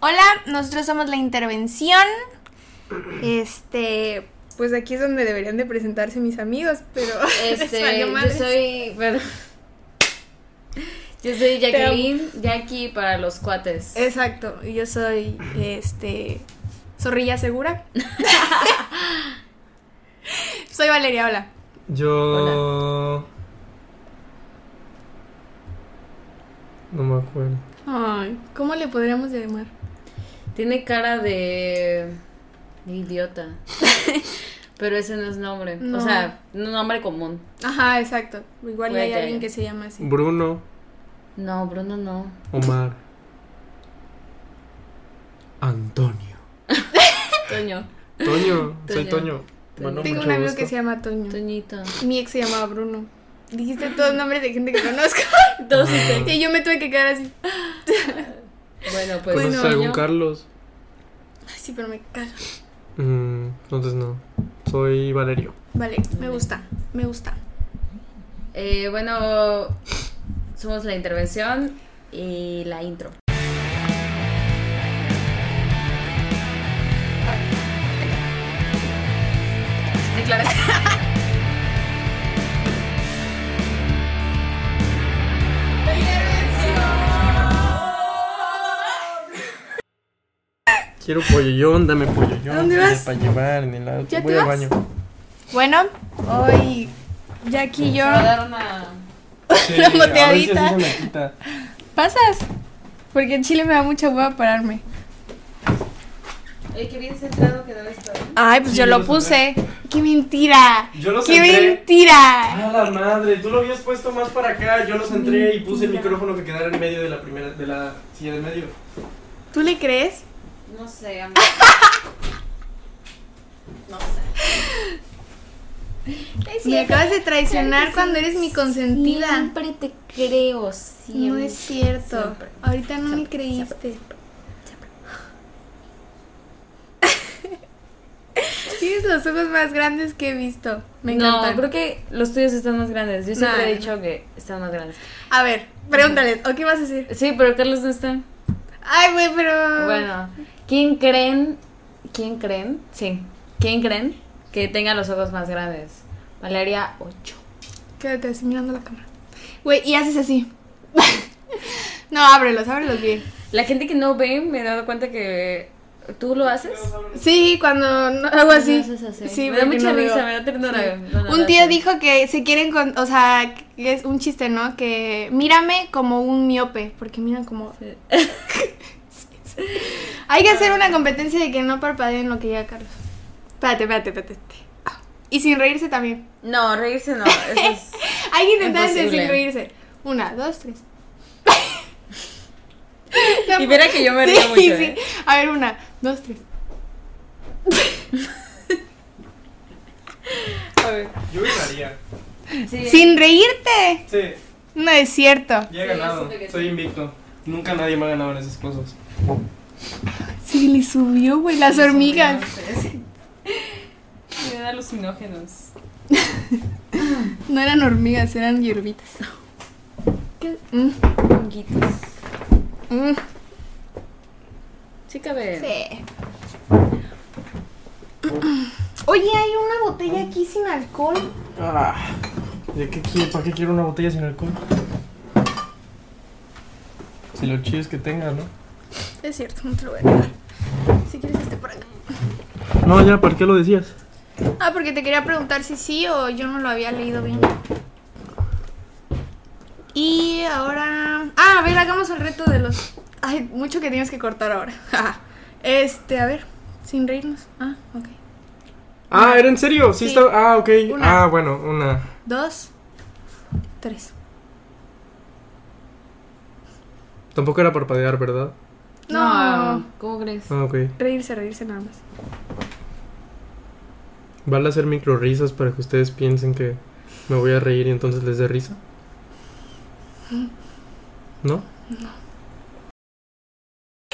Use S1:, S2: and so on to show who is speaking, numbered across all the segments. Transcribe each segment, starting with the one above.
S1: Hola, nosotros somos la intervención.
S2: Este, pues aquí es donde deberían de presentarse mis amigos, pero les
S3: Este,
S2: valió
S3: yo
S2: madres.
S3: soy. perdón. Yo soy Jacqueline, Jackie para los cuates.
S2: Exacto, y yo soy este Zorrilla Segura. soy Valeria, hola.
S4: Yo. No me acuerdo.
S2: Ay, ¿cómo le podríamos llamar?
S3: Tiene cara de. de idiota. Pero ese no es nombre.
S2: No.
S3: O sea, un nombre común.
S2: Ajá, exacto. Igual y
S3: Puede
S2: hay
S3: que
S2: alguien
S3: haya.
S2: que se llama así.
S4: Bruno,
S3: No, Bruno no.
S4: Omar, Antonio.
S3: Toño.
S4: Toño, soy
S3: Toño.
S4: Toño. Bueno,
S2: Tengo
S4: mucho
S2: un amigo
S4: gusto.
S2: que se llama Toño.
S3: Toñito.
S2: Mi ex se llamaba Bruno. Dijiste todos nombres de gente que conozco.
S3: Dos y
S4: Ah.
S3: tres.
S2: y yo me tuve que quedar así.
S3: Bueno, pues.
S4: ¿Conoces
S2: Bueno,
S4: a algún
S3: Toño.
S4: Carlos?
S2: Ay, sí, pero me caga.
S4: Mm, entonces no. Soy Valerio.
S2: Vale, me gusta, me gusta.
S3: Eh, bueno, somos la intervención y la intro.
S4: Quiero pollollón, dame pollollón.
S2: ¿A dónde vas?
S4: Para llevar en el auto.
S2: ¿Ya te
S4: Voy al
S2: vas?
S4: baño.
S1: Bueno,
S2: Hoy Jackie y yo.
S3: Va a dar una.
S4: Sí,
S2: La
S4: a ver si
S2: moteadita.
S4: así se me quita.
S2: ¿Pasas? Porque en Chile me da mucha hueva pararme.
S3: Oye, qué bien centrado quedó esto. ¿eh?
S2: Ay, pues
S4: Sí,
S2: yo lo
S4: los entré.
S2: puse. ¡Qué mentira!
S4: Yo los
S2: ¡Qué
S4: entré.
S2: mentira!
S4: A la madre, tú lo habías puesto más para acá. Yo los entré y puse el micrófono que quedara en medio de la primera, de la silla del medio.
S2: ¿Tú le crees?
S3: No sé, amor.
S2: Me acabas de traicionar cuando eres mi consentida.
S3: Siempre te creo, siempre.
S2: No es cierto.
S3: Siempre.
S2: Ahorita no me creíste. Tienes los ojos más grandes que he visto. Me encantan.
S3: No, creo que los tuyos están más grandes. Yo siempre
S2: No.
S3: he dicho que están más grandes.
S2: A ver, pregúntales. ¿O qué vas a decir?
S3: Sí, pero Carlos no está.
S2: Ay, güey, pero...
S3: Bueno, ¿quién creen? ¿Quién creen? Sí. ¿Quién creen que tenga los ojos más grandes? Valeria 8.
S2: Quédate así mirando la cámara. Güey, y haces así. no, ábrelos, ábrelos bien.
S3: La gente que no ve, me he dado cuenta que tú lo haces.
S2: Sí, cuando no- algo así.
S3: Lo haces así.
S2: Sí,
S3: me da
S2: porque
S3: mucha
S2: no
S3: risa,
S2: veo.
S3: me da ternura.
S2: Sí.
S3: No, no,
S2: un
S3: no,
S2: tío
S3: sí.
S2: dijo que se quieren con, o sea, que es un chiste, ¿no? Que mírame como un miope, porque miran como
S3: Sí. Ah.
S2: hay que hacer una competencia de que no parpadeen lo que llega Carlos. Espérate, espérate, espérate. espérate. Ah, Y sin reírse también.
S3: No, reírse no. Eso es...
S2: Hay que intentar hacer
S3: Imposible.
S2: sin reírse. Una, dos, tres.
S3: Y verá que yo me río
S2: Sí,
S3: mucho.
S2: sí.
S3: ¿eh?
S2: A ver, una, dos, tres.
S3: A ver.
S4: Yo ganaría.
S3: Sí.
S2: ¡Sin reírte!
S4: Sí,
S2: No es cierto.
S4: ya he
S3: Sí,
S4: ganado.
S3: siento que sí.
S4: Soy invicto. Nunca nadie me ha ganado en esas cosas.
S2: Sí, le subió, güey, las hormigas.
S3: Me dan alucinógenos.
S2: No eran hormigas, eran hierbitas. ¿Qué? Mm,
S3: Honguitos.
S2: mm.
S3: Sí cabe.
S2: Sí. Oye, hay una botella aquí sin alcohol.
S4: Ah, ¿de qué quiero, ¿Para qué quiero una botella sin alcohol? Si lo chido es que tenga, ¿no?
S2: Es cierto, no te lo voy a negar. Si quieres este por acá.
S4: No, ya, ¿para qué lo decías?
S2: Ah, porque te quería preguntar si sí o yo no lo había leído bien. Y ahora... Ah, a ver, hagamos el reto de los... Hay mucho que tienes que cortar ahora. este, a ver, sin reírnos. Ah, ok.
S4: Ah, ¿era en serio? Sí,
S2: Sí.
S4: está. Ah, ok.
S2: Una.
S4: Ah, bueno, una.
S2: Dos, tres.
S4: Tampoco era parpadear, ¿verdad?
S2: No.
S3: ¿Cómo crees?
S4: Ah, ok.
S2: Reírse, reírse nada más.
S4: ¿Vale hacer micro risas para que ustedes piensen que me voy a reír y entonces les dé risa?
S2: Mm.
S4: ¿No?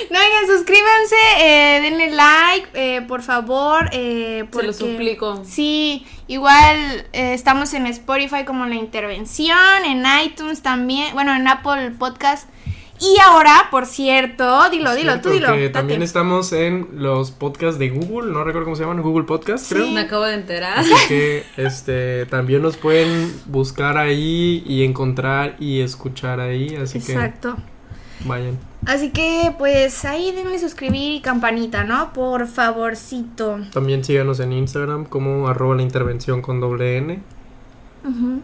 S2: No, oigan, suscríbanse, eh, denle like, eh, por favor. Eh,
S3: Te
S2: porque-
S3: lo suplico.
S2: Sí, igual eh, estamos en Spotify como la intervención, en iTunes también, bueno, en Apple Podcast. Y ahora, por cierto, dilo, dilo, tú
S4: Cierto,
S2: dilo.
S4: que
S2: date.
S4: también estamos en los podcasts de Google, no recuerdo cómo se llaman, Google Podcast, creo.
S3: Me acabo de
S2: Ah.
S3: enterar.
S4: Así que este también nos pueden buscar ahí y encontrar y escuchar ahí, así
S2: Exacto.
S4: que vayan.
S2: Así que, pues ahí denle suscribir y campanita, ¿no? Por favorcito.
S4: También síganos en Instagram como arroba la intervención con doble N.
S2: Ujú.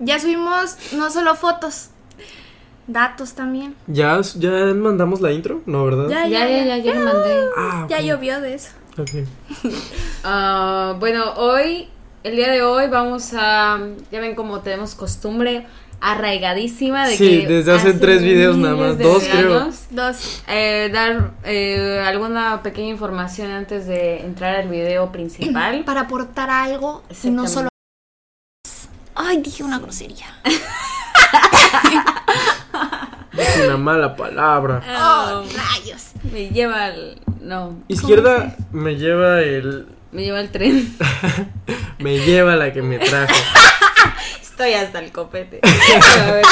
S2: Ya subimos no solo fotos, datos también.
S4: ¿Ya, ya mandamos la intro? No, ¿verdad?
S2: Ya,
S3: Ya, ya, ya, ya lo mandé.
S4: Ah,
S2: Ya
S4: ok,
S2: llovió de eso.
S4: ok.
S3: Ah, bueno, hoy, el día de hoy vamos a, ya ven como tenemos costumbre arraigadísima de
S4: Sí,
S3: que
S4: desde hace tres videos nada
S3: miles
S4: más,
S3: de
S4: dos creo.
S3: años,
S2: Dos.
S3: eh, dar eh, alguna pequeña información antes de entrar al video principal.
S2: Para aportar algo y no
S3: Exactamente.
S2: solo. Ay, dije una grosería.
S4: Es una mala palabra.
S3: Ah,
S2: Rayos.
S3: me lleva al, no,
S4: Izquierda me lleva el...
S3: me lleva al tren.
S4: Me lleva la que me trajo.
S3: Estoy hasta el copete. Pero, a ver,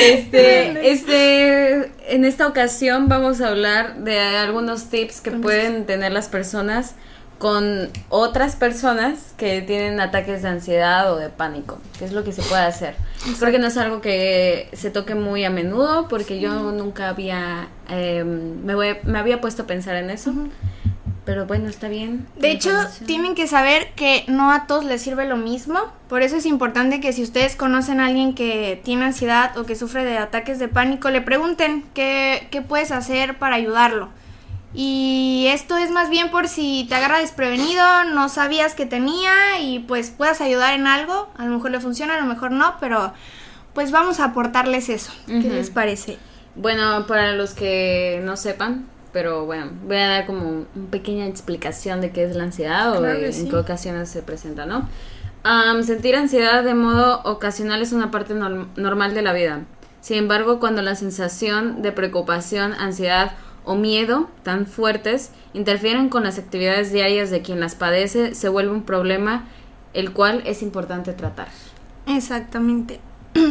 S3: Este, este, en esta ocasión vamos a hablar de algunos tips que pueden tener las personas con otras personas que tienen ataques de ansiedad o de pánico, que es lo que se puede hacer. Creo que no es algo que se toque muy a menudo porque yo nunca había, em, me, voy- me había puesto a pensar en eso, pero bueno, está bien.
S2: De hecho,
S3: Información.
S2: tienen que saber que no a todos les sirve lo mismo. Por eso es importante que si ustedes conocen a alguien que tiene ansiedad o que sufre de ataques de pánico, le pregunten qué, qué puedes hacer para ayudarlo. Y esto es más bien por si te agarra desprevenido, no sabías que tenía y pues puedas ayudar en algo. A lo mejor le funciona, a lo mejor no, pero pues vamos a aportarles eso. ¿Qué
S3: Ujú.
S2: les parece?
S3: Bueno, para los que no sepan, pero bueno, voy a dar como un- una pequeña explicación de qué es la ansiedad o
S2: Claro
S3: de-
S2: que
S3: en
S2: sí.
S3: qué ocasiones se presenta, ¿no? Am, sentir ansiedad de modo ocasional es una parte norm- normal de la vida. Sin embargo, cuando la sensación de preocupación, ansiedad o miedo tan fuertes interfieren con las actividades diarias de quien las padece, se vuelve un problema el cual es importante tratar.
S2: Exactamente.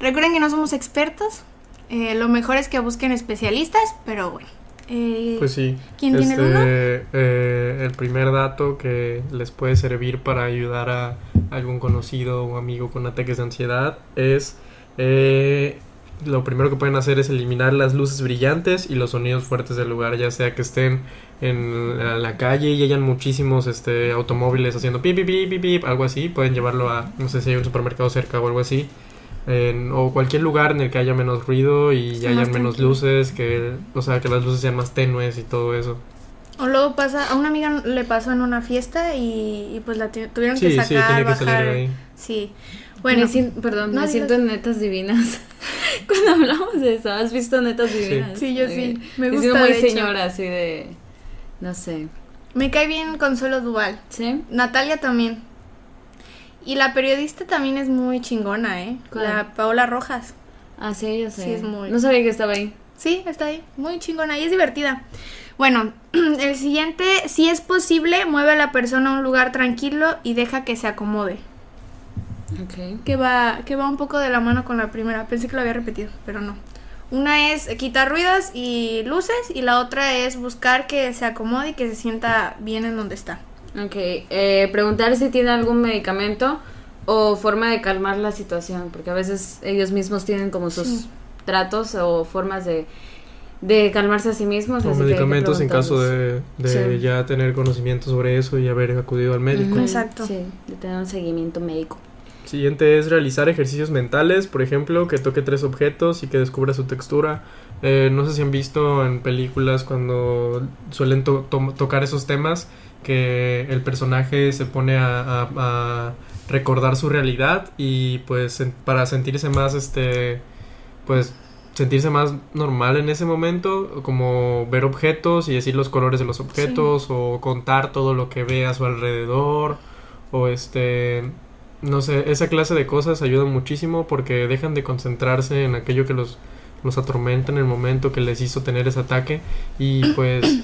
S2: Recuerden que no somos expertos. eh, lo mejor es que busquen especialistas, pero bueno. eh,
S4: Pues sí.
S2: ¿Quién tiene el uno?
S4: eh, el primer dato que les puede servir para ayudar a algún conocido o amigo con ataques de ansiedad es eh, lo primero que pueden hacer es eliminar las luces brillantes y los sonidos fuertes del lugar, ya sea que estén en la la calle y hayan muchísimos este automóviles haciendo pip pip pip pip, pip, algo así, pueden llevarlo a no sé si hay un supermercado cerca o algo así. en- o cualquier lugar en el que haya menos ruido y
S2: Sí,
S4: hayan
S2: más
S4: menos
S2: tranquilo.
S4: luces, que o sea, que las luces sean más tenues y todo eso.
S2: O luego pasa, a una amiga le pasó en una fiesta y, y pues la tu- tuvieron
S4: Sí,
S2: que
S4: sí,
S2: sacar,
S4: tiene que
S2: bajar.
S4: salir de ahí.
S2: Sí.
S3: Bueno,
S2: Bueno,
S3: perdón,
S2: No,
S3: me
S2: digas.
S3: siento en netas divinas. Cuando hablamos de eso, ¿has visto netas divinas?
S2: Sí, yo
S3: Eh,
S2: sí. Me
S3: he
S2: gusta,
S3: sido muy
S2: de hecho.
S3: señora, así de. No sé.
S2: me cae bien Consuelo Duval.
S3: ¿Sí?
S2: Natalia también. Y la periodista también es muy chingona, ¿eh?
S3: ¿Cuál?
S2: La Paola Rojas.
S3: Ah, sí, yo sé.
S2: Sí, es muy-
S3: No sabía que estaba ahí.
S2: Sí, está ahí. Muy chingona y es divertida. Bueno, el siguiente, si es posible, mueve a la persona a un lugar tranquilo y deja que se acomode.
S3: Ok.
S2: Que va, que va un poco de la mano con la primera. Pensé que lo había repetido, pero no. Una es quitar ruidos y luces y la otra es buscar que se acomode y que se sienta bien en donde está.
S3: Ok. eh, preguntar si tiene algún medicamento o forma de calmar la situación, porque a veces ellos mismos tienen como sus tratos o formas de, de calmarse a sí mismos.
S4: O
S3: así que hay que
S4: medicamentos en caso
S3: preguntarles.
S4: de, de
S3: Sí.
S4: ya tener conocimiento sobre eso y haber acudido al médico.
S3: Ujú,
S2: Exacto.
S3: Sí, de tener un seguimiento médico.
S4: Siguiente es realizar ejercicios mentales, por ejemplo, que toque tres objetos y que descubra su textura. Eh, no sé si han visto en películas cuando suelen to- to- tocar esos temas que el personaje se pone a, a- a recordar su realidad y pues en- para sentirse más este pues sentirse más normal en ese momento como ver objetos y decir los colores de los objetos o contar todo lo que ve a su alrededor o este no sé, esa clase de cosas ayudan muchísimo porque dejan de concentrarse en aquello que los, los atormenta en el momento que les hizo tener ese ataque y pues se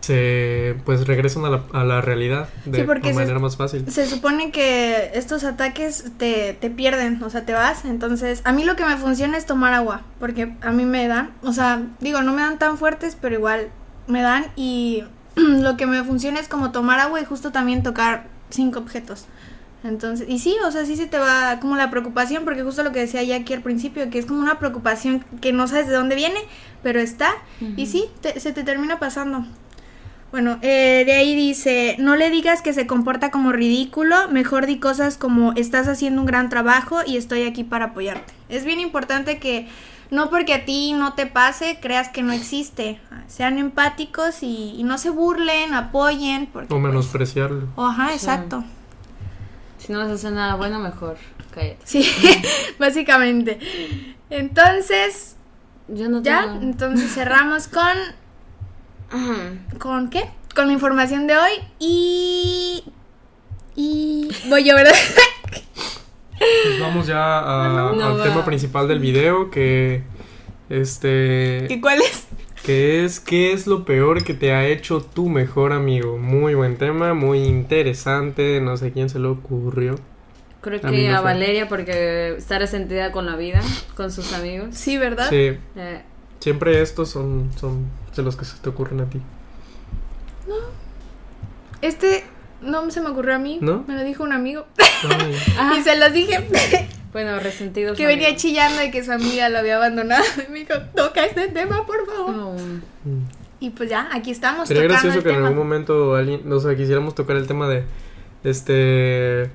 S4: se pues regresan a la, a la realidad de
S2: Sí, porque
S4: una
S2: se-
S4: manera más fácil.
S2: Se supone que estos ataques te, te pierden, o sea, te vas. Entonces, a mí lo que me funciona es tomar agua, porque a mí me dan, o sea, digo, no me dan tan fuertes, pero igual me dan. Y lo que me funciona es como tomar agua y justo también tocar cinco objetos. Entonces, y sí, o sea, sí se te va como la preocupación, porque justo lo que decía Jackie al principio, que es como una preocupación que no sabes de dónde viene, pero está, y sí, te- se te termina pasando. Bueno, eh, de ahí dice, no le digas que se comporta como ridículo, mejor di cosas como estás haciendo un gran trabajo y estoy aquí para apoyarte. Es bien importante que no porque a ti no te pase, creas que no existe. Sean empáticos y, y no se burlen, apoyen. Porque,
S4: O menospreciarlo.
S2: pues, ajá,
S3: Sí.
S2: exacto.
S3: Si no vas a hacer nada bueno, mejor cállate.
S2: Sí, básicamente. Entonces,
S3: Yo no
S2: ya, mm,
S3: tengo-
S2: entonces cerramos con... ¿Con qué? Con la información de hoy y... Y... Voy yo, ¿verdad?
S4: Pues vamos ya a-
S3: No
S4: al
S3: va.
S4: tema principal del video que este
S1: ¿Y cuál es?
S4: que es qué es lo peor que te ha hecho tu mejor amigo. Muy buen tema, muy interesante, no sé quién se le ocurrió.
S3: Creo
S4: A mí
S3: que a
S4: no fue.
S3: Valeria porque está resentida con la vida, con sus amigos.
S2: Sí, ¿verdad?
S4: Sí,
S3: Eh,
S4: siempre estos son son de los que se te ocurren a ti.
S2: Este no se me ocurrió a mí.
S4: ¿No?
S2: Me lo dijo un amigo.
S4: Ay,
S3: Ah.
S2: Y se los dije
S3: bueno, resentidos.
S2: que venía
S3: amigos.
S2: chillando y que su amiga lo había abandonado. Y me dijo, toca este tema, por favor.
S3: Mm.
S4: mm.
S2: Y pues ya, aquí estamos.
S4: Sería
S2: tocando
S4: gracioso
S2: el
S4: que en
S2: tema.
S4: algún momento alguien, o sea, quisiéramos tocar el tema de este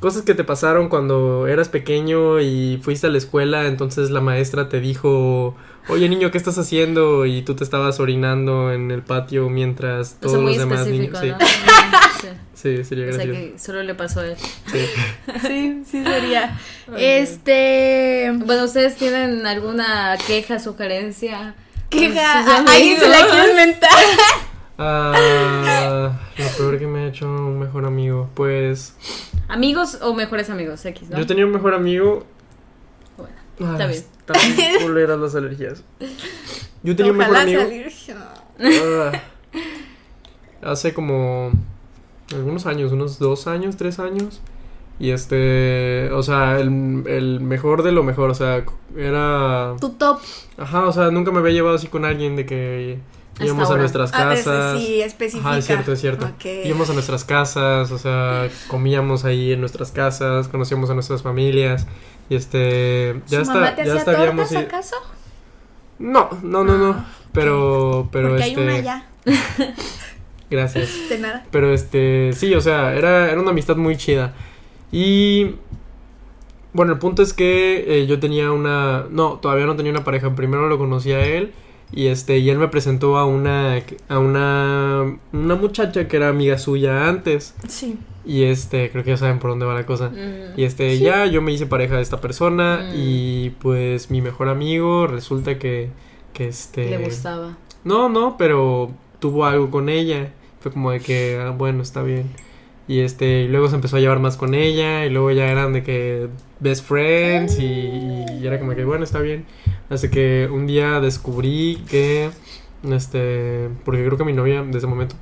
S4: cosas que te pasaron cuando eras pequeño y fuiste a la escuela, entonces la maestra te dijo, "Oye, niño, ¿qué estás haciendo?" y tú te estabas orinando en el patio mientras
S3: O
S4: todos
S3: sea, muy
S4: los demás
S3: específico,
S4: niños
S3: ¿no?
S4: sí,
S3: Sí.
S4: sí, sería
S3: O sea,
S4: gracioso.
S3: que solo le pasó a él.
S4: sí.
S2: Sí, sí sería. este...
S3: Bueno, ¿ustedes tienen alguna queja, sugerencia?
S2: Queja,
S3: Sus
S2: a- alguien se la
S3: amigos.
S2: quiere inventar.
S4: Ah, lo peor que me ha hecho un mejor amigo, pues
S3: ¿Amigos o mejores amigos? X, ¿no?
S4: yo tenía un mejor amigo
S3: Bueno,
S4: Ay,
S3: está bien.
S4: están bien culeras las alergias. Yo tenía un mejor
S2: Ojalá
S4: amigo.
S2: salir.
S4: Ah, hace como algunos años, unos dos años, tres años. Y este, o sea, el, el mejor de lo mejor, o sea, era...
S2: Tu top.
S4: Ajá, o sea, nunca me había llevado así con alguien de que
S3: Hasta
S4: íbamos a
S3: ahora. Ah,
S4: nuestras
S2: A veces
S4: casas.
S2: ah, sí, específica.
S4: Ajá, es cierto, es cierto.
S2: Ok.
S4: Íbamos a nuestras casas, o sea, comíamos ahí en nuestras casas, conocíamos a nuestras familias. Y este, ya
S2: ¿Su
S4: está,
S2: mamá te
S4: ya
S2: hacía
S4: hasta habíamos
S2: tortas
S4: ido-
S2: acaso?
S4: No, no, no, no. Pero, pero
S2: Porque
S4: este.
S2: hay una ya,
S4: Gracias.
S2: de nada.
S4: Pero este, sí, o sea, era, era una amistad muy chida. Y bueno, el punto es que eh, yo tenía una, no, todavía no tenía una pareja, primero lo conocí a él y este y él me presentó a una a una una muchacha que era amiga suya antes
S2: Sí.
S4: y este, creo que ya saben por dónde va la cosa.
S3: Mm.
S4: Y este, ya yo me hice pareja de esta persona
S3: Mm.
S4: y pues mi mejor amigo resulta que que este
S3: Le gustaba.
S4: no, no, pero tuvo algo con ella. Fue como de que, ah, bueno, está bien. Y este, y luego se empezó a llevar más con ella, y luego ya eran de que best friends, y, y era como que, bueno, está bien. Así que un día descubrí que, este, porque creo que mi novia de ese momento,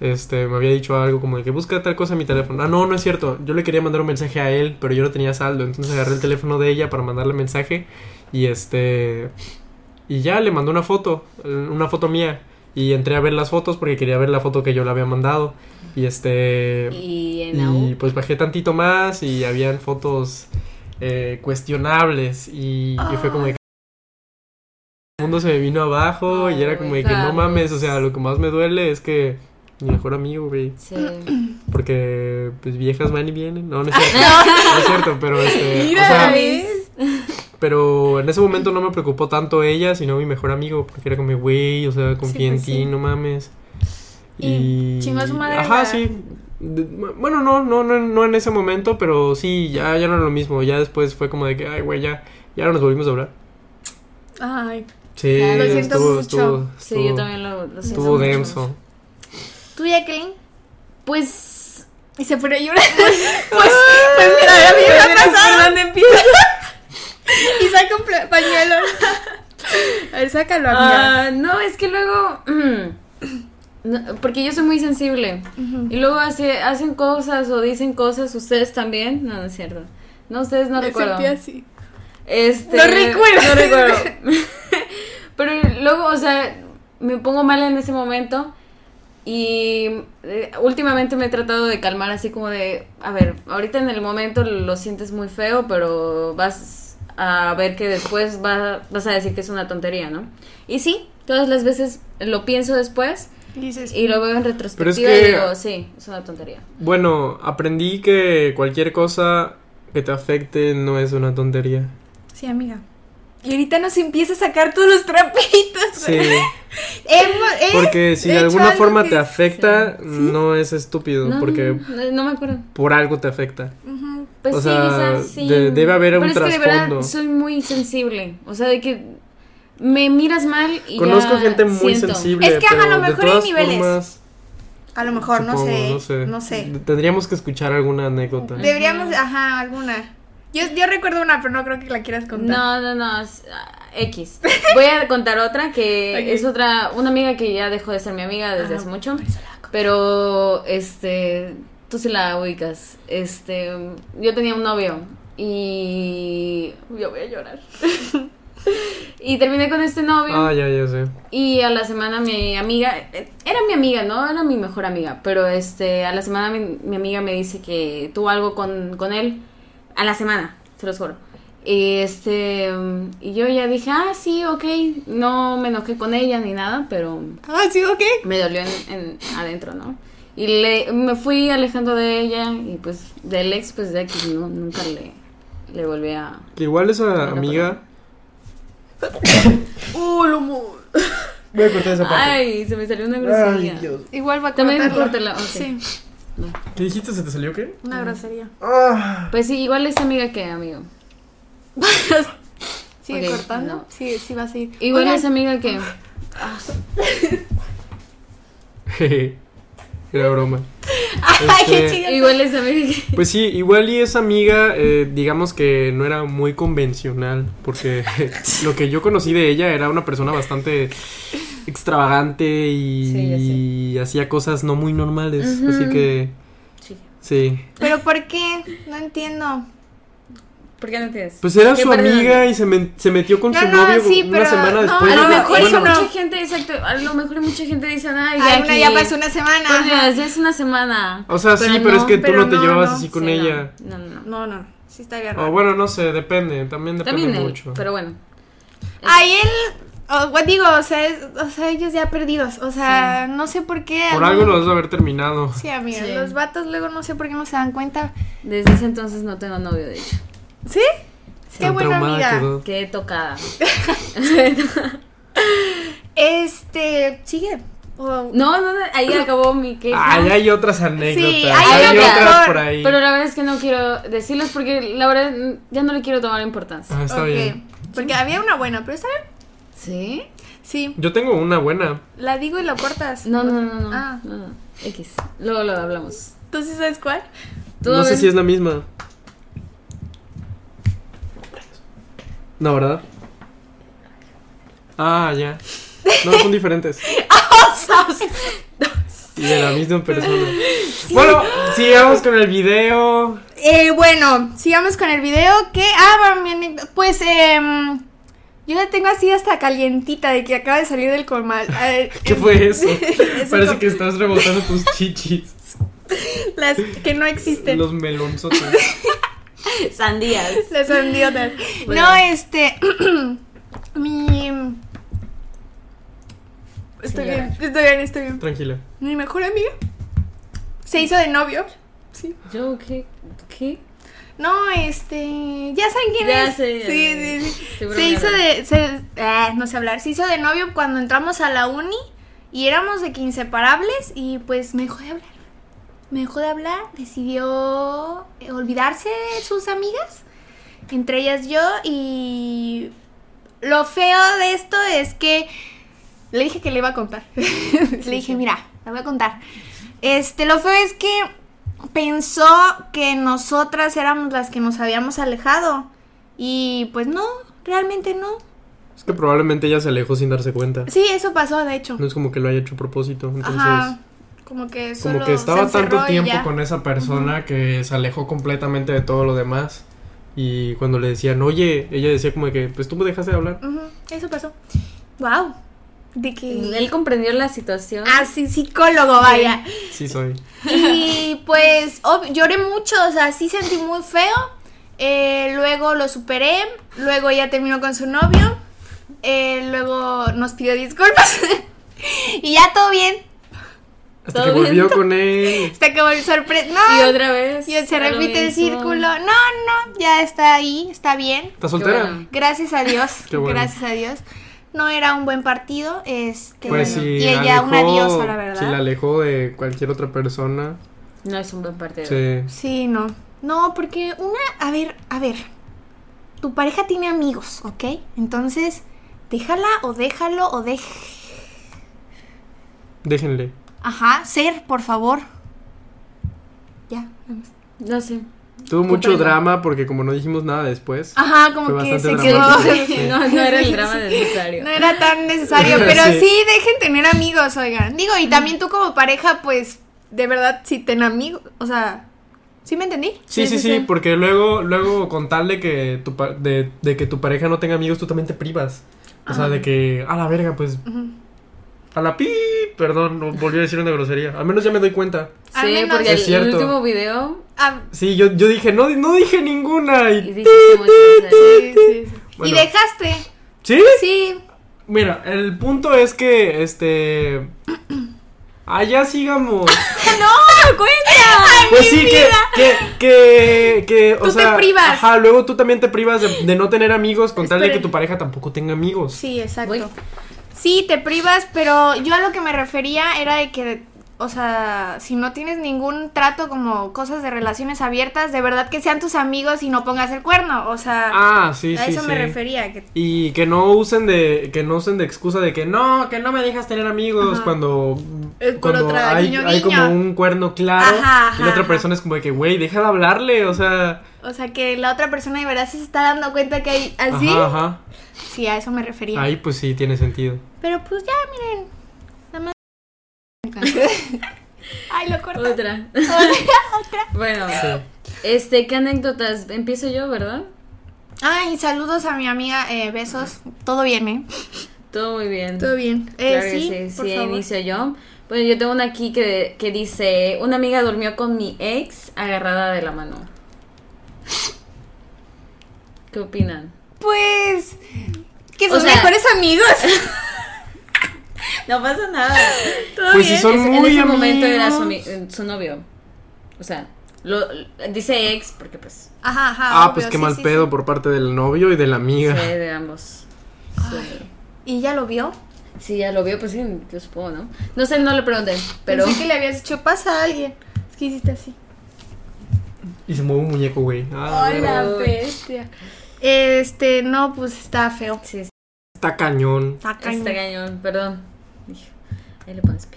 S4: este, me había dicho algo como de que busca tal cosa en mi teléfono. Ah, no, no es cierto. Yo le quería mandar un mensaje a él, pero yo no tenía saldo, entonces agarré el teléfono de ella para mandarle mensaje, y este, y ya le mandó una foto, una foto mía. Y entré a ver las fotos porque quería ver la foto que yo le había mandado. Y este.
S3: Y en la
S4: Y
S3: U.
S4: pues bajé tantito más y habían fotos eh, cuestionables. Y, y fue como de que. El mundo se me vino abajo y era como de que no mames. O sea, lo que más me duele es que. Mi mejor amigo, güey.
S3: Sí.
S4: Porque, pues, viejas van y vienen. No, no es cierto. no es cierto, pero este. o sea, pero en ese momento no me preocupó tanto ella, sino mi mejor amigo, porque era como, güey, o sea, confía en
S2: pues
S4: ti,
S2: sí.
S4: no mames.
S2: Y chingó a su madre
S4: Ajá,
S2: la-
S4: sí. De- Bueno, no, no, no, no en ese momento, pero sí, ya, ya no era lo mismo. Ya después fue como de que, ay, güey, ya, ya no nos volvimos a hablar.
S2: Ay,
S4: Sí,
S3: Lo
S2: siento
S4: estuvo,
S2: mucho.
S4: estuvo,
S3: Sí,
S4: estuvo-
S3: yo también lo, lo siento
S4: Estuvo
S3: mucho.
S4: denso.
S2: ¿Tú, Jacqueline?
S3: Pues.
S2: Y se fue a llorar. pues, pues mira, a mí me ha pasado. Y saca un pla- pañuelo. A ver, sácalo, amiga.
S3: Ah, no, es que luego. No, porque yo soy muy sensible. Y luego hace- hacen cosas o dicen cosas, ustedes también. No, no es cierto. No, ustedes no
S1: Me
S3: recuerdo.
S1: sentí así.
S3: Este,
S1: No recuerdo.
S3: No recuerdo. Pero luego, o sea, me pongo mal en ese momento. Y eh, últimamente me he tratado de calmar así como de, a ver, ahorita en el momento lo sientes muy feo, pero vas a ver que después va- vas a decir que es una tontería, ¿no? Y sí, todas las veces lo pienso después
S1: Y dices,
S3: y lo veo en retrospectiva
S4: que-
S3: y digo, sí, es una tontería.
S4: Bueno, aprendí que cualquier cosa que te afecte no es una tontería.
S2: Sí, amiga.
S1: y ahorita nos empieza a sacar todos los trapitos.
S4: Sí,
S1: güey. Hemos- eh,
S4: porque si de
S1: hecho
S4: alguna
S1: algo
S4: forma
S1: que-
S4: te afecta, no es estúpido,
S3: No,
S4: porque
S3: no, no me acuerdo.
S4: por algo te afecta.
S3: Pues
S4: O
S3: sí,
S4: sea,
S3: quizás sí.
S4: de- debe haber
S3: Pero
S4: un
S3: es que de verdad
S4: trasfondo.
S3: soy muy sensible. O sea, de que me miras mal y
S4: Conozco
S3: ya
S4: gente muy
S3: siento.
S4: sensible.
S2: Es que, ajá, a
S4: pero
S2: lo
S4: de
S2: mejor hay
S4: todas
S2: niveles.
S4: formas,
S2: A lo mejor,
S4: supongo,
S2: no sé. No sé.
S4: Tendríamos que escuchar alguna anécdota.
S2: Deberíamos, ajá, alguna. Yo, yo recuerdo una, pero no creo que la quieras contar.
S3: No, no, no. es, ah, X. Voy a contar otra que es otra, una amiga que ya dejó de ser mi amiga desde hace mucho. Pero, este, tú sí la ubicas. Este, yo tenía un novio y yo voy a llorar. y terminé con este novio.
S4: Ah, ya, ya sé.
S3: Y a la semana mi amiga, eh, era mi amiga, no era mi mejor amiga, pero este, a la semana mi, mi amiga me dice que tuvo algo con, con él, a la semana, se los juro. Y este, y yo ya dije, ah, sí, ok, no me enojé con ella ni nada, pero
S1: Ah, sí, ok.
S3: me dolió en, en- adentro, ¿no? Y le, me fui alejando de ella y pues del ex, pues de aquí no, nunca le, le volví a...
S4: Que igual esa
S3: Bueno,
S4: amiga.
S1: Uh, lo mu-
S4: Voy a cortar esa parte.
S3: Ay, se me salió una grosería.
S1: Igual va a
S3: También
S1: cortarlo.
S3: córtela, ok.
S1: Sí,
S4: ¿Qué dijiste? ¿Se te salió qué?
S1: una grosería.
S3: Pues sí, igual es amiga que amigo.
S1: Sigue
S3: Ok,
S1: cortando.
S3: no.
S1: Sí, sí va a seguir.
S3: Igual
S1: Oigan,
S3: es amiga que.
S4: Jeje. Era broma.
S1: Ay, qué
S4: Este,
S1: chido.
S3: Igual es amiga que.
S4: Pues sí, igual y esa amiga, eh, digamos que no era muy convencional, porque lo que yo conocí de ella era una persona bastante extravagante y,
S3: Sí, ya sé.
S4: y hacía cosas no muy normales,
S3: Ujú.
S4: así que
S3: Sí.
S4: sí.
S2: ¿Pero por qué? No entiendo.
S3: ¿Por qué no tienes?
S4: Pues era
S3: ¿Qué
S4: su
S3: parte de-
S4: amiga y se, men- se metió con
S2: No,
S4: su
S2: no,
S4: novio
S2: sí,
S4: una
S2: pero
S4: semana
S2: no,
S4: después.
S3: A lo
S2: Bueno,
S3: mejor
S2: eso
S3: mucha
S2: no.
S3: gente, exacto. A lo mejor mucha gente dice, ay, ya.
S2: Ay, una
S3: aquí-
S2: ya pasó una semana.
S3: Por Dios, ya es una semana.
S4: O sea, sí, pero es que tú
S2: pero
S4: no te
S2: no,
S4: llevabas
S2: no,
S4: así con
S3: Sí, no,
S4: ella.
S3: No, no, no.
S2: No, no. Sí estaría
S4: O
S2: raro.
S4: Ah, bueno, no sé, depende, también depende
S3: También él,
S4: mucho.
S3: pero bueno.
S2: Ahí él. o- bueno, digo, o sea, es- o sea, ellos ya perdidos. O sea, no sé por qué.
S4: Por
S2: ¿no?
S4: algo lo debes haber terminado.
S2: Sí, amiga.
S3: Sí.
S2: Los vatos luego no sé por qué no se dan cuenta.
S3: Desde ese entonces no tengo novio, de hecho.
S2: ¿Sí? Qué
S4: Tan
S2: buena
S4: traumada
S2: amiga.
S4: quedó.
S3: Qué tocada.
S2: Este. Sigue. Oh, O-
S3: No, no, no, ahí acabó mi queja.
S4: Ay, hay otras anécdotas.
S2: hay
S4: hay,
S2: otras.
S4: otras por ahí.
S3: Pero la verdad es que no quiero decirles porque la verdad mm, ya no le quiero tomar importancia.
S4: Ah, está
S2: ok.
S4: bien.
S2: Porque había una buena, pero ¿sabes?
S3: ¿Sí?
S2: Sí.
S4: Yo tengo una buena.
S2: La digo y la cortas.
S3: No, no, no, no.
S2: Ah.
S3: no, no. X. Luego lo hablamos.
S2: ¿Tú sí sabes cuál?
S3: Tú, a
S4: no sé
S3: ver.
S4: si es la misma. No, ¿verdad? Ah, ya. No, son diferentes. Y de la misma persona. Bueno, sigamos con el video.
S2: Eh, bueno, sigamos con el video. ¿Qué? Ah, va, mi anécdota. Pues, eh, yo la tengo así hasta calientita de que acaba de salir del comal. Eh,
S4: ¿Qué fue eso?
S2: Eso
S4: Parece
S2: no-
S4: que estás rebotando tus chichis.
S2: Las que no existen.
S4: Los melonzotes.
S3: Sandías.
S2: Las sandiotas.
S3: Bueno.
S2: No, este. mi. Estoy bien,
S3: llorar.
S2: estoy bien, estoy bien.
S4: Tranquila.
S2: Mi mejor amiga se hizo de novio.
S3: Yo, ¿qué? ¿Qué?
S2: No, este. Ya saben quién
S3: Ya
S2: es.
S3: sé, ya
S2: sí,
S3: sé.
S2: sí, sí.
S3: Seguro
S2: Se
S3: me
S2: hizo
S3: hablan.
S2: de. se- ah, no sé hablar. Se hizo de novio cuando entramos a la uni y éramos de que inseparables y pues me dejó de hablar. Me dejó de hablar. Decidió eh, olvidarse de sus amigas, entre ellas yo. Y. Lo feo de esto es que. Le dije que le iba a contar. le dije, mira, la voy a contar. Este, lo feo es que pensó que nosotras éramos las que nos habíamos alejado. Y pues no, realmente no.
S4: Es que probablemente ella se alejó sin darse cuenta.
S2: Sí, eso pasó, de hecho.
S4: No es como que lo haya hecho a propósito. Entonces,
S2: Ajá. Como que solo
S4: como que
S2: se
S4: estaba tanto
S2: encerró y
S4: tiempo
S2: ya.
S4: con esa persona que se alejó completamente de todo lo demás. Y cuando le decían, oye, ella decía como de que, pues tú me dejaste de hablar.
S2: Ujú, Eso pasó. Wow. De que.
S3: Él comprendió la situación.
S2: Así, psicólogo, vaya.
S4: Sí, soy.
S2: Y pues ob- lloré mucho, o sea, sí sentí muy feo. Eh, luego lo superé. Luego ella terminó con su novio. eh, luego nos pidió disculpas. y ya todo bien.
S4: Hasta que
S3: Todo bien.
S4: volvió con él.
S2: Hasta que volvió sorpresa.
S3: Y
S2: No,
S3: otra vez.
S2: Ah, y se
S3: fue lo
S2: repite el
S3: mismo.
S2: círculo. No, no, ya está ahí, está bien.
S4: ¿Estás soltera?
S3: bueno.
S2: Gracias a Dios.
S4: Qué bueno.
S2: Gracias a Dios. No era un buen partido. Este,
S4: Pues
S2: bueno,
S4: si
S2: y ella
S4: alejó-
S2: una diosa, la verdad.
S4: Si la alejó de cualquier otra persona,
S3: No es un buen partido.
S4: se...
S2: Sí, no. No, porque una, a ver, a ver. Tu pareja tiene amigos, ¿ok? Entonces, déjala o déjalo o dej...
S4: déjenle.
S2: Ajá, ser, por favor. Ya.
S3: No sé.
S4: Tuvo mucho
S3: Comprendo.
S4: drama porque como no dijimos nada después.
S2: Ajá, como
S4: Fue
S2: que se
S4: bastante
S2: quedó.
S4: dramático. Sí.
S3: No, no era el drama necesario.
S2: No era tan necesario, pero
S4: Sí.
S2: sí. dejen tener amigos, oigan. Digo, y también tú como pareja, pues, de verdad, si ten amigos, o sea, ¿sí me entendí?
S4: Sí, sí, sí, porque luego, luego con tal de que, tu pa- de, de que tu pareja no tenga amigos, tú también te privas. O sea, de que a la verga, pues... A la pi... Perdón, no, volví a decir una grosería. Al menos ya me doy cuenta.
S2: Al
S3: Sí,
S2: menos-
S3: porque
S4: Es
S3: el, el
S4: cierto.
S3: último video.
S2: Ah,
S4: Sí, yo, yo dije, no, no dije ninguna.
S3: Y
S4: Y...
S3: dijiste mucho.
S2: sí, sí, sí.
S4: Bueno.
S2: Y dejaste.
S4: ¿Sí?
S2: Sí,
S4: Mira, el punto es que, este... Allá sigamos.
S2: ¡No! ¡Cuenta!
S4: Pues sí, que, que, que, que, o
S2: Tú te
S4: sea,
S2: privas.
S4: Ajá, luego tú también te privas de, de no tener amigos con tal de que
S2: Esperen.
S4: tu pareja tampoco tenga amigos.
S2: Sí, exacto.
S3: Güey.
S2: Sí, te privas, pero yo a lo que me refería era de que, o sea, si no tienes ningún trato como cosas de relaciones abiertas, de verdad que sean tus amigos y no pongas el cuerno. O sea,
S4: Ah, sí,
S2: a
S4: sí,
S2: eso me
S4: sí.
S2: refería. Que...
S4: Y que no usen de que no usen de excusa de que no, que no me dejas tener amigos
S2: Ajá.
S4: cuando
S2: Eh, con
S4: cuando
S2: otra,
S4: hay,
S2: guiño,
S4: hay como
S2: guiño.
S4: un cuerno claro
S2: Ajá,
S4: y la otra
S2: ajá,
S4: persona es como de que, güey, deja de hablarle, o sea,
S2: O sea, que la otra persona de verdad se está dando cuenta que hay así.
S4: ajá, ajá.
S2: ¿Ah, Sí, a eso me refería.
S4: Ahí pues sí tiene sentido.
S2: Pero pues ya, miren. Nada más. Ay, lo corto.
S3: Otra. Bueno,
S4: Ah,
S3: este, ¿qué anécdotas? Empiezo yo, ¿verdad?
S2: Ay, saludos a mi amiga, eh, besos. Todo bien, ¿eh?
S3: Todo muy bien.
S2: Todo bien. Eh,
S3: Claro que
S2: sí,
S3: sí,
S2: por
S3: sí,
S2: favor.
S3: inicio yo. Bueno, yo tengo una aquí que, que dice, una amiga durmió con mi ex agarrada de la mano. ¿Qué opinan?
S2: Pues. Que
S3: O
S2: son
S3: sea-
S2: mejores amigos.
S3: No pasa nada. Todo
S4: Pues si son
S3: Es- En
S4: muy
S3: ese momento era su,
S4: amigos.
S3: ami- su novio. O sea, lo- lo- dice ex porque pues
S2: Ajá, ajá.
S4: Ah,
S2: obvio,
S4: pues qué
S2: sí,
S4: mal
S2: sí,
S4: pedo
S2: sí.
S4: por parte del novio y de la amiga.
S3: fue de ambos. Sí.
S2: ¿Y ya lo vio?
S3: Sí, ya lo vio, pues sí, yo supongo, ¿no? No sé, no le pregunté, pero...
S2: Pensé que le habías dicho, pasa a alguien. Es que hiciste así.
S4: Y se mueve un muñeco, güey. Ah,
S3: Hola.
S2: la
S3: Uy.
S2: bestia. Este, no, pues está feo.
S3: Sí, está
S4: Está cañón.
S2: Está cañón.
S3: cañón, perdón. Hijo, Ahí le pones pi.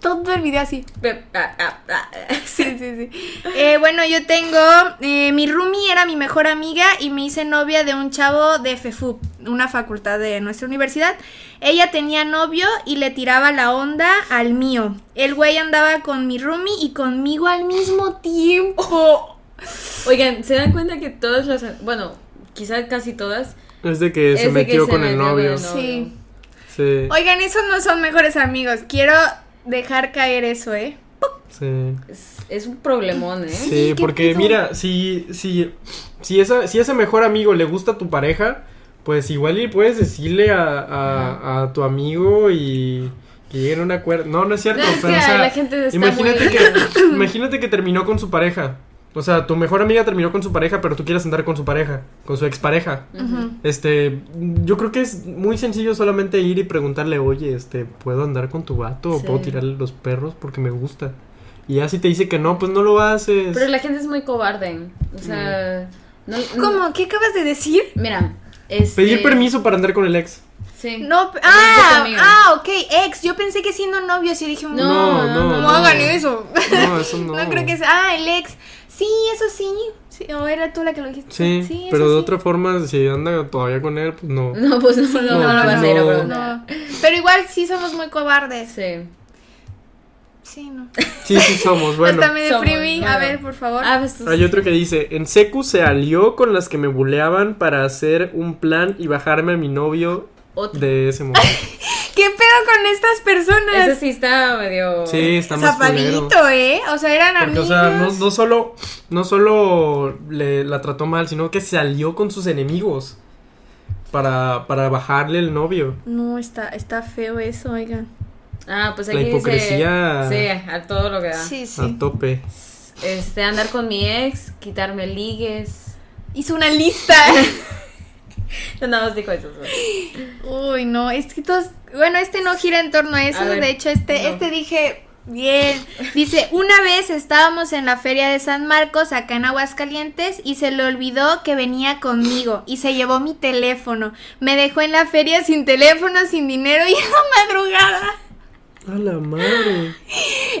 S2: Todo el video así.
S3: Pe- ah, ah, ah.
S2: Sí, sí, sí. Eh, bueno, yo tengo. eh, mi roomie era mi mejor amiga y me hice novia de un chavo de FEFUP, una facultad de nuestra universidad. Ella tenía novio y le tiraba la onda al mío. El güey andaba con mi roomie y conmigo al mismo tiempo.
S3: Oigan, ¿se dan cuenta que todas las... Bueno, quizás casi todas...
S4: Es de que se
S3: es de que
S4: metió
S3: se
S4: con el
S3: metió
S4: novio.
S2: novio. Sí.
S4: Sí.
S2: Oigan, esos no son mejores amigos. Quiero dejar caer eso, ¿eh?
S4: Sí.
S3: Es, es un problemón, ¿eh?
S4: Sí,
S2: ¿qué
S4: porque
S2: pedo?
S4: mira, si, si, si, esa, si ese mejor amigo le gusta a tu pareja, pues igual y puedes decirle a, a, a tu amigo y que lleguen a un acuerdo. No, no es cierto.
S3: No, es
S4: pero,
S3: que
S4: o sea,
S3: la gente está
S4: imagínate,
S3: muy-
S4: que, imagínate que terminó con su pareja. O sea, tu mejor amiga terminó con su pareja, pero tú quieres andar con su pareja, con su expareja. Este, yo creo que es muy sencillo solamente ir y preguntarle, oye, este, ¿puedo andar con tu vato? ¿O
S3: Sí.
S4: puedo tirarle los perros porque me gusta? Y ya si te dice que no, pues no lo haces.
S3: Pero la gente es muy cobarde. O sea... No, no-
S2: ¿Cómo? ¿Qué acabas de decir?
S3: Mira, este...
S4: Pedir permiso para andar con el ex.
S3: Sí.
S2: No, pe-
S3: Amigo
S2: ah,
S3: conmigo.
S2: ah, ok, ok, ex, yo pensé que siendo novios y dije, no,
S4: No, no,
S2: no,
S4: no.
S2: hagan eso.
S4: No, eso no.
S2: creo que sea, ah, el ex, sí, eso sí, sí, o era tú la que lo dijiste.
S4: Sí,
S2: eso
S4: pero de
S2: sí.
S4: otra forma, si anda todavía con él, pues no.
S3: No, pues no, no, no,
S4: No,
S3: lo vas a ir a
S4: no.
S3: preguntar.
S2: No, pero igual sí somos muy cobardes.
S3: Sí.
S2: Sí, no.
S4: Sí, sí somos, bueno.
S2: Hasta me deprimí.
S3: somos,
S2: a
S3: bueno.
S2: ver, por favor.
S3: Ah, pues tú
S4: Hay otro que dice, en secu se alió con las que me buleaban para hacer un plan y bajarme a mi novio
S3: Otro.
S4: de ese modo.
S2: ¿Qué pedo con estas personas?
S3: Ese sí está medio.
S4: Sí, está más culero.
S2: Zapadito, ¿eh? O sea, eran
S4: Porque, o
S2: amigos.
S4: sea, no, no solo, no solo le, la trató mal, sino que se alió con sus enemigos para, para bajarle el novio.
S2: No, está, está feo eso, oigan.
S3: Ah, pues
S4: La
S3: aquí
S4: hipocresía.
S3: dice. Sí, a todo lo que da.
S2: Sí,
S4: A
S2: sí.
S4: tope.
S3: Este, andar con mi ex, quitarme ligues.
S2: Hizo una lista.
S3: Nada más dijo eso. solo.
S2: Uy, no, es que todos. Bueno, este no gira en torno a eso.
S3: A ver,
S2: de hecho, este,
S3: no.
S2: este dije. Bien. Dice, una vez estábamos en la feria de San Marcos, acá en Aguascalientes, y se le olvidó que venía conmigo y se llevó mi teléfono. Me dejó en la feria sin teléfono, sin dinero y en la madrugada.
S4: A la madre.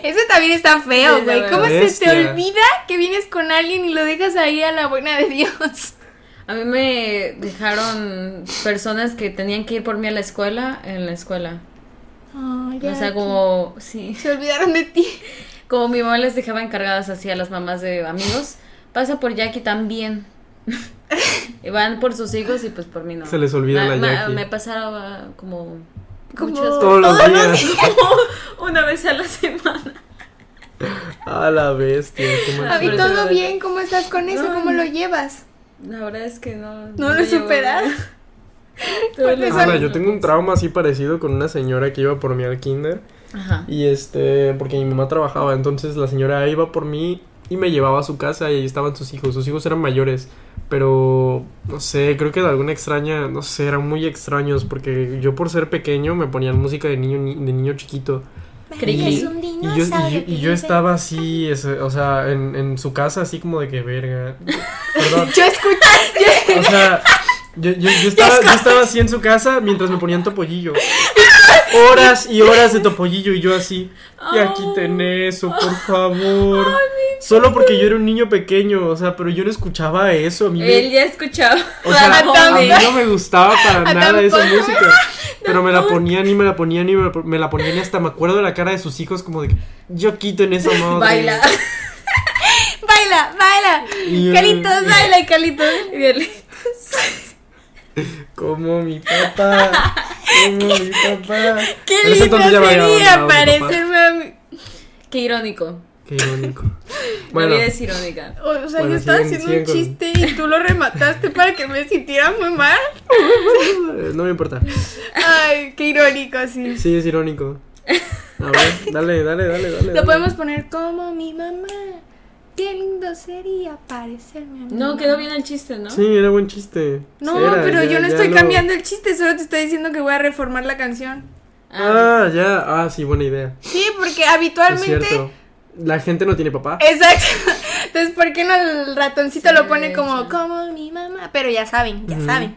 S2: Eso también está
S3: Sí,
S2: feo,
S3: la
S2: güey.
S3: verdad.
S2: ¿Cómo se
S4: Bestia.
S2: te olvida que vienes con alguien y lo dejas ahí a la buena de Dios?
S3: A mí me dejaron personas que tenían que ir por mí a la escuela, en la escuela. O sea, como. Sí.
S2: Se olvidaron de ti.
S3: Como mi mamá les dejaba encargadas así a las mamás de amigos, pasa por Jackie también. y van por sus hijos y pues por mí no.
S4: Se les olvida la Jackie.
S3: Me pasaba como
S2: Como-
S3: muchas
S4: Todos los días.
S3: una vez a la semana.
S4: A la bestia. qué mal
S3: Ah,
S2: ¿Y
S3: pero se
S4: pedo.
S2: todo
S3: olvidaron.
S2: bien? ¿Cómo estás con eso?
S3: No.
S2: ¿Cómo lo llevas?
S3: La verdad es que no.
S2: No lo he
S3: llevo-
S2: superado.
S3: Todo
S2: Porque
S3: lo-
S2: son-
S4: Ala, yo tengo un trauma así parecido con una señora que iba por mí al kinder.
S3: Ajá.
S4: Y este, porque mi mamá trabajaba, entonces la señora iba por mí y me llevaba a su casa y ahí estaban sus hijos. Sus hijos eran mayores, pero no sé, creo que de alguna extraña, no sé, eran muy extraños porque yo por ser pequeño me ponían música de niño, ni- de niño chiquito.
S3: Creí que
S4: Y-
S3: es
S2: un
S4: y yo-
S2: dinosaurio
S4: Y yo,
S2: que
S4: y yo
S2: vive-
S4: estaba así, es- o sea, en, en su casa así como de que verga. Perdón.
S2: Yo escuché.
S4: O sea, yo, yo- yo estaba, yo estaba así en su casa mientras me ponían topollillo. Horas y horas de topollillo y yo así. Y aquí ten eso, por favor. Solo porque yo era un niño pequeño, o sea, pero yo no escuchaba eso. A mí me-
S3: Él ya escuchaba.
S4: o sea, a mí
S3: También.
S4: no me gustaba para nada esa
S2: tampoco.
S4: música. Pero me la ponían y me la ponían y me la, po- me la ponían y hasta me acuerdo de la cara de sus hijos como de que yo quiten esa madre.
S3: Baila.
S2: Baila, baila.
S4: Y yo-
S2: Calitos, baila, y Calitos.
S3: Y él-
S4: Como mi papá. Como mi papá.
S2: Qué
S4: En ese
S2: lindo
S4: entonces ya
S2: sería
S4: bailaba, bailaba mi papá.
S2: parecerme a mí.
S3: Qué irónico.
S4: Qué irónico.
S3: La
S4: Bueno,
S3: vida es irónica.
S2: O sea,
S4: Bueno,
S2: yo estaba
S4: siguen-
S2: haciendo
S4: siguen
S2: un
S4: con-
S2: chiste y tú lo remataste para que me sintiera muy mal.
S4: eh, no me importa.
S2: Ay, qué irónico, sí.
S4: Sí, es irónico. A ver, dale, dale, dale, dale.
S2: Lo
S4: dale.
S2: podemos poner como mi mamá. Qué lindo sería parecerme a mi
S3: No,
S2: mamá.
S3: quedó bien el chiste, ¿no?
S4: Sí, era buen chiste.
S2: No,
S4: Era,
S2: pero
S4: ya-
S2: yo no
S4: ya
S2: estoy
S4: lo-
S2: cambiando el chiste, solo te estoy diciendo que voy a reformar la canción.
S3: Ah,
S4: Ah, ya. Ah, sí, buena idea.
S2: Sí, porque
S4: Es
S2: habitualmente.
S4: cierto. La gente no tiene papá.
S2: Exacto. Entonces, ¿por qué no el ratoncito
S3: Sí,
S2: lo pone como
S3: ya.
S2: como mi mamá? Pero ya saben, ya
S4: Ujú.
S2: saben.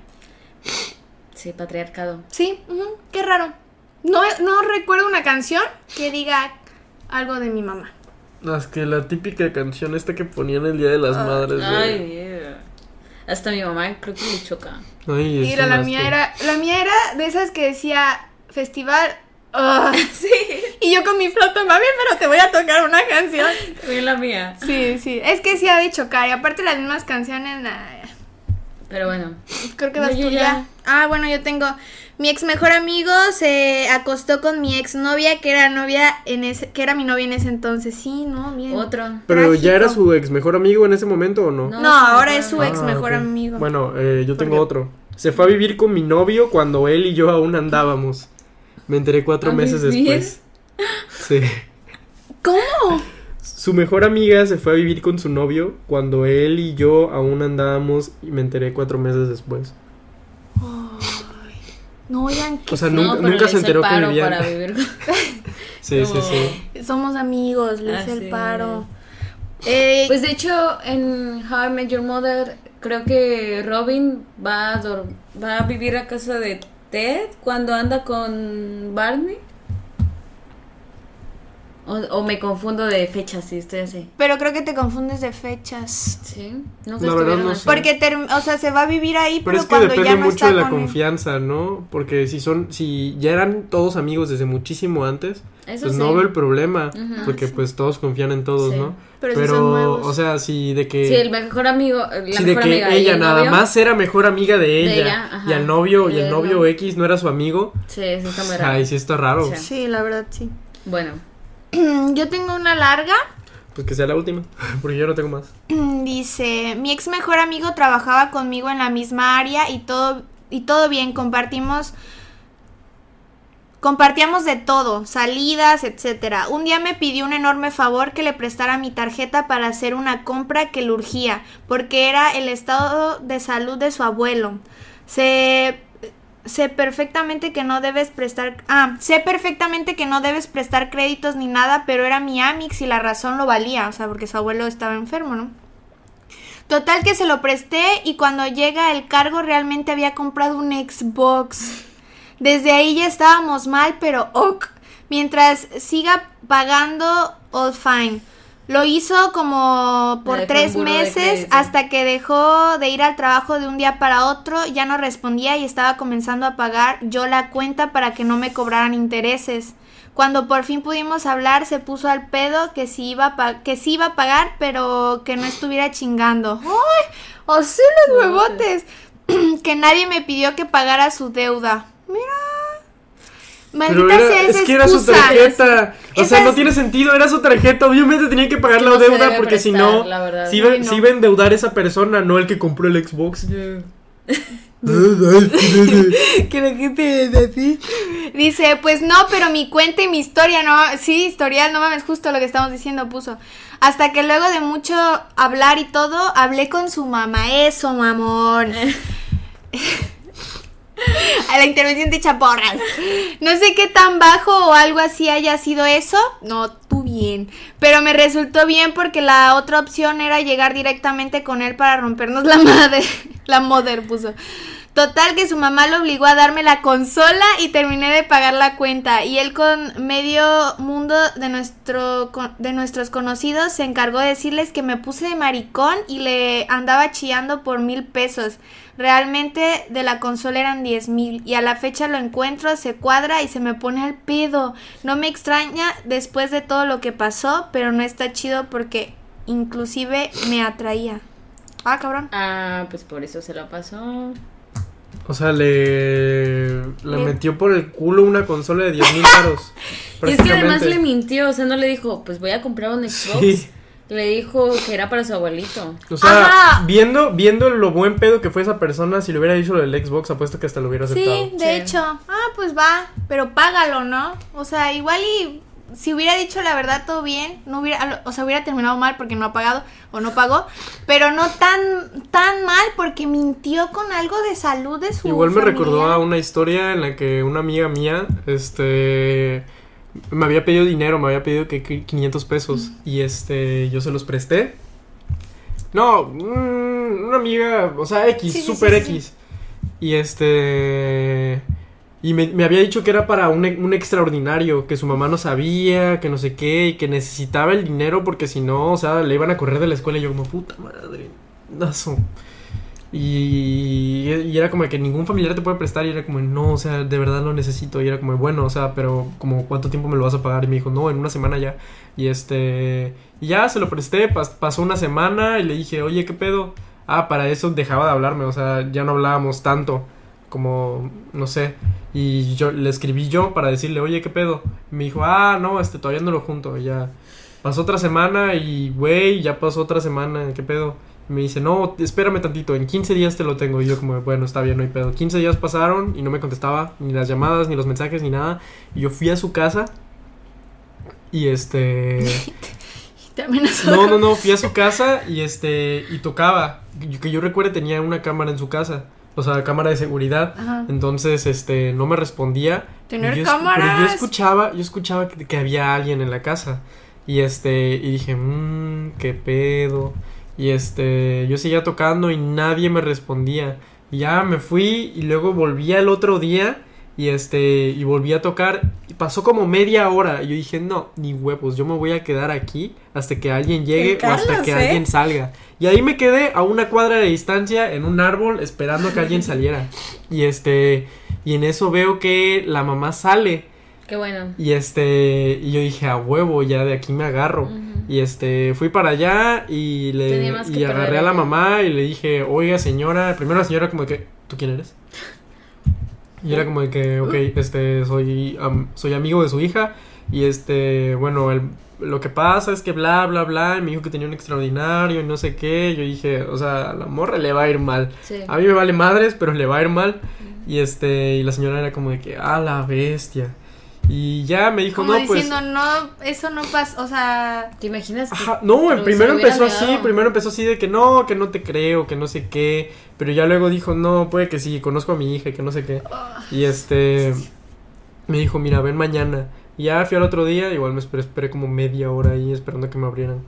S3: sí, patriarcado.
S2: Sí, ujú, qué raro. No, no recuerdo una canción que diga algo de mi mamá.
S4: Las que la típica canción esta que ponían el Día de
S2: Ah,
S4: las Madres.
S3: Ay,
S4: güey.
S3: yeah. Hasta mi mamá creo que le choca.
S4: Ay, es
S2: Mira,
S4: un
S2: la
S4: asco.
S2: mía era, la mía era de esas que decía festival. ah, sí. Y yo con mi flauta, mami, pero te voy a tocar una canción.
S3: También la mía.
S2: Sí, sí. Es que sí ha de chocar. Y aparte las mismas canciones, nah,
S3: Pero bueno.
S2: creo que
S3: No,
S2: vas
S3: yo
S2: tú
S3: ya.
S2: ya. Ah, bueno, yo tengo. Mi ex mejor amigo se acostó con mi ex novia, que era novia en ese, que era mi novia en ese entonces. Sí, no, bien.
S3: Otro.
S4: Pero ya
S2: trágico.
S4: era su ex mejor amigo en ese momento o no?
S2: No,
S3: No, su mejor
S2: ahora es su ex
S4: Ah,
S2: mejor
S4: ok.
S2: amigo.
S4: Bueno, eh, yo tengo
S2: Porque-
S4: otro. Se fue a vivir con mi novio cuando él y yo aún andábamos. Me enteré cuatro
S2: Ah,
S3: ¿A
S4: meses
S3: vivir?
S4: después. Sí.
S2: ¿Cómo?
S4: Su mejor amiga se fue a vivir con su novio cuando él y yo aún andábamos y me enteré cuatro meses después.
S2: No, oigan,
S4: O sea,
S3: No,
S4: nunca,
S3: pero
S4: nunca
S3: le
S4: se
S3: hice
S4: enteró que
S3: paro
S4: vivían.
S3: Para vivir con-
S4: Sí, sí,
S3: como-
S4: sí.
S2: somos amigos, le hice
S3: Así
S2: el paro. Ah, Eh,
S3: Pues de hecho, en How I Met Your Mother, creo que Robin va a, dor- va a vivir a casa de Ted cuando anda con Barney? O, o me confundo de fechas, si estoy así.
S2: Pero creo que te confundes de fechas.
S3: Sí, no
S4: La verdad
S3: estuvieron
S4: no
S3: así.
S4: sé.
S2: Porque, term- o sea, se va a vivir ahí,
S4: Pero
S2: pero,
S4: es que
S2: cuando
S4: depende
S2: ya no
S4: mucho
S2: está
S4: de la
S2: con él.
S4: confianza, ¿no? Porque si son, si ya eran todos amigos desde muchísimo antes,
S3: Eso
S4: pues
S3: sí.
S4: no veo el problema, porque
S2: sí.
S4: pues todos confían en todos,
S3: Sí.
S4: ¿no?
S2: Pero si son nuevos.
S4: o sea, si de que,
S3: Sí, el mejor amigo, eh, la
S4: si de
S3: mejor
S4: que
S3: amiga y
S4: ella
S3: el
S4: nada
S3: novio.
S4: más era mejor amiga de ella,
S3: ella, ajá.
S4: y al novio y
S3: Y
S4: el
S3: el
S4: novio
S3: novio.
S4: X no era su amigo,
S3: Sí, eso está muy raro.
S4: ay, sí está raro.
S3: Sí.
S2: Sí, la verdad, sí.
S3: Bueno,
S2: Yo tengo una larga.
S4: Pues que sea la última, porque yo no tengo más.
S2: Dice, mi ex mejor amigo trabajaba conmigo en la misma área y todo, y todo bien, compartimos... Compartíamos de todo, salidas, etcétera. Un día me pidió un enorme favor que le prestara mi tarjeta para hacer una compra que le urgía, porque era el estado de salud de su abuelo. Se sé perfectamente que no debes prestar ah, sé perfectamente que no debes prestar créditos ni nada, pero era mi Amix y la razón lo valía, o sea, porque su abuelo estaba enfermo, ¿no? Total que se lo presté y cuando llega el cargo realmente había comprado un Xbox. Desde ahí ya estábamos mal, pero ok. Mientras siga pagando, all fine. Lo hizo como por
S3: Le dejó
S2: tres
S3: en buró de
S2: meses
S3: crédito.
S2: hasta que dejó de ir al trabajo de un día para otro, ya no respondía y estaba comenzando a pagar yo la cuenta para que no me cobraran intereses. Cuando por fin pudimos hablar, se puso al pedo que sí iba a, pa- que sí iba a pagar, pero que no estuviera chingando. ¡Ay! ¡O sí los huevotes! que nadie me pidió que pagara su deuda. Mira. Maldita
S4: Pero era-
S2: sea
S4: es
S2: esa
S4: que era su
S2: excusa.
S4: tarjeta. O
S2: Esa
S4: sea, no
S2: es-
S4: tiene sentido, era su tarjeta. Obviamente tenía que pagar
S3: Es que
S4: la
S3: no se
S4: deuda
S3: debe
S4: porque si
S3: prestar,
S4: no,
S3: la verdad.
S4: si iba,
S2: Sí, no.
S4: se iba a endeudar esa persona, no el que compró el Xbox. Pero
S1: Que la gente de ti.
S2: Dice, pues no, pero mi cuenta y mi historia, no, sí, historial, no mames, justo lo que estamos diciendo puso. Hasta que luego de mucho hablar y todo, hablé con su mamá, eso, mamón. A la intervención de chaporras. No sé qué tan bajo o algo así haya sido eso. No, tú bien. Pero me resultó bien porque la otra opción era llegar directamente con él para rompernos la madre. La mother puso. Total que su mamá lo obligó a darme la consola y terminé de pagar la cuenta. Y él con medio mundo de, nuestro, con- de nuestros conocidos se encargó de decirles que me puse de maricón y le andaba chillando por mil pesos. Realmente de la consola eran diez mil y a la fecha lo encuentro, se cuadra y se me pone al pedo. No me extraña después de todo lo que pasó, pero no está chido porque inclusive me atraía. Ah, cabrón.
S3: ah, pues por eso se lo pasó.
S4: O sea, le, le
S2: Le-
S4: metió por el culo una consola de 10 mil caros.
S3: Y es que además le mintió, o sea, no le dijo, pues voy a comprar un Xbox.
S4: Sí.
S3: Le dijo que era para su abuelito.
S4: O sea,
S2: Ajá.
S4: viendo, viendo lo buen pedo que fue esa persona, si le hubiera dicho lo del Xbox, apuesto que hasta lo hubiera aceptado.
S2: Sí, de
S3: Sí.
S2: hecho. Ah, pues va, pero págalo, ¿no? O sea, igual y si hubiera dicho la verdad todo bien, no hubiera, a lo- o sea, hubiera terminado mal porque no ha pagado o no pagó, pero no tan tan mal porque mintió con algo de salud de su
S4: Igual me recordó
S2: familiar.
S4: a una historia en la que una amiga mía, este, me había pedido dinero, me había pedido que qui- 500 pesos y este, yo se los presté. No, mm, una amiga, o sea, X,
S2: Sí, sí,
S4: super
S2: sí, sí,
S4: X. Y este, y me, me había dicho que era para un, e- un extraordinario, que su mamá no sabía, que no sé qué, y que necesitaba el dinero porque si no, o sea, le iban a correr de la escuela y yo como, puta madre, nazo. Y, y era como de que ningún familiar te puede prestar y era como, no, o sea, de verdad lo necesito. Y era como, bueno, o sea, pero como cuánto tiempo me lo vas a pagar. Y me dijo, no, en una semana ya. Y este, y ya se lo presté, pas- pasó una semana y le dije, oye, ¿qué pedo? Ah, para eso dejaba de hablarme, o sea, ya no hablábamos tanto como, no sé. Y yo le escribí yo para decirle, oye, ¿qué pedo? Y me dijo, ah, no, este, todavía no lo junto. Y ya pasó otra semana y, güey, ya pasó otra semana, ¿qué pedo? Y me dice, no, espérame tantito, en 15 días te lo tengo. Y yo como, bueno, está bien, no hay pedo. 15 días pasaron y no me contestaba ni las llamadas, ni los mensajes, ni nada. Y yo fui a su casa y este...
S2: Te amenazó.
S4: No, no, no, fui a su casa y este y tocaba. Yo- Que yo recuerde tenía una cámara en su casa, o sea, cámara de seguridad.
S2: Ajá.
S4: Entonces, este, no me respondía.
S2: Tener
S4: Y yo escu- Pero yo
S2: cámaras.
S4: escuchaba, yo escuchaba que, que había alguien en la casa. Y este, y dije, mmm, qué pedo. Y este, yo seguía tocando y nadie me respondía. Y ya me fui y luego volví al otro día Y este, y volví a tocar. Y pasó como media hora. Y yo dije, no, ni huevos, yo me voy a quedar aquí hasta que alguien llegue
S3: El
S4: o hasta
S3: Carlos,
S4: que
S3: ¿eh?
S4: alguien salga. Y ahí me quedé a una cuadra de distancia en un árbol esperando que alguien saliera. Y este, y en eso veo que la mamá sale.
S3: Qué bueno.
S4: Y este, y yo dije, a huevo, ya de aquí me agarro. Y este, fui para allá y le
S3: Tenía más que
S4: y agarré
S3: perder.
S4: a la mamá y le dije, oiga señora, primero la señora como de que, ¿tú quién eres? Y era como de que, ok, este, soy, am- soy amigo de su hija y este, bueno, el- lo que pasa es que bla, bla, bla, y me dijo que tenía un extraordinario y no sé qué. Yo dije, o sea, a la morra le va a ir mal.
S3: Sí.
S4: A mí me vale madres, pero le va a ir mal. Y este, y la señora era como de que, ah, la bestia. Y ya me dijo,
S2: Como
S4: no, pues.
S2: diciendo, no, eso no pasa, o sea,
S3: ¿Te imaginas? que-
S4: Ajá, no,
S3: pero
S4: en primero
S3: se hubiera
S4: empezó así,
S3: negado?
S4: primero empezó así de que no, que no te creo, que no sé qué, pero ya luego dijo, no, puede que sí, conozco a mi hija, y que no sé qué. Y este, me dijo, mira, ven mañana. Y ya fui al otro día, igual me esperé, esperé como media hora ahí esperando que me abrieran.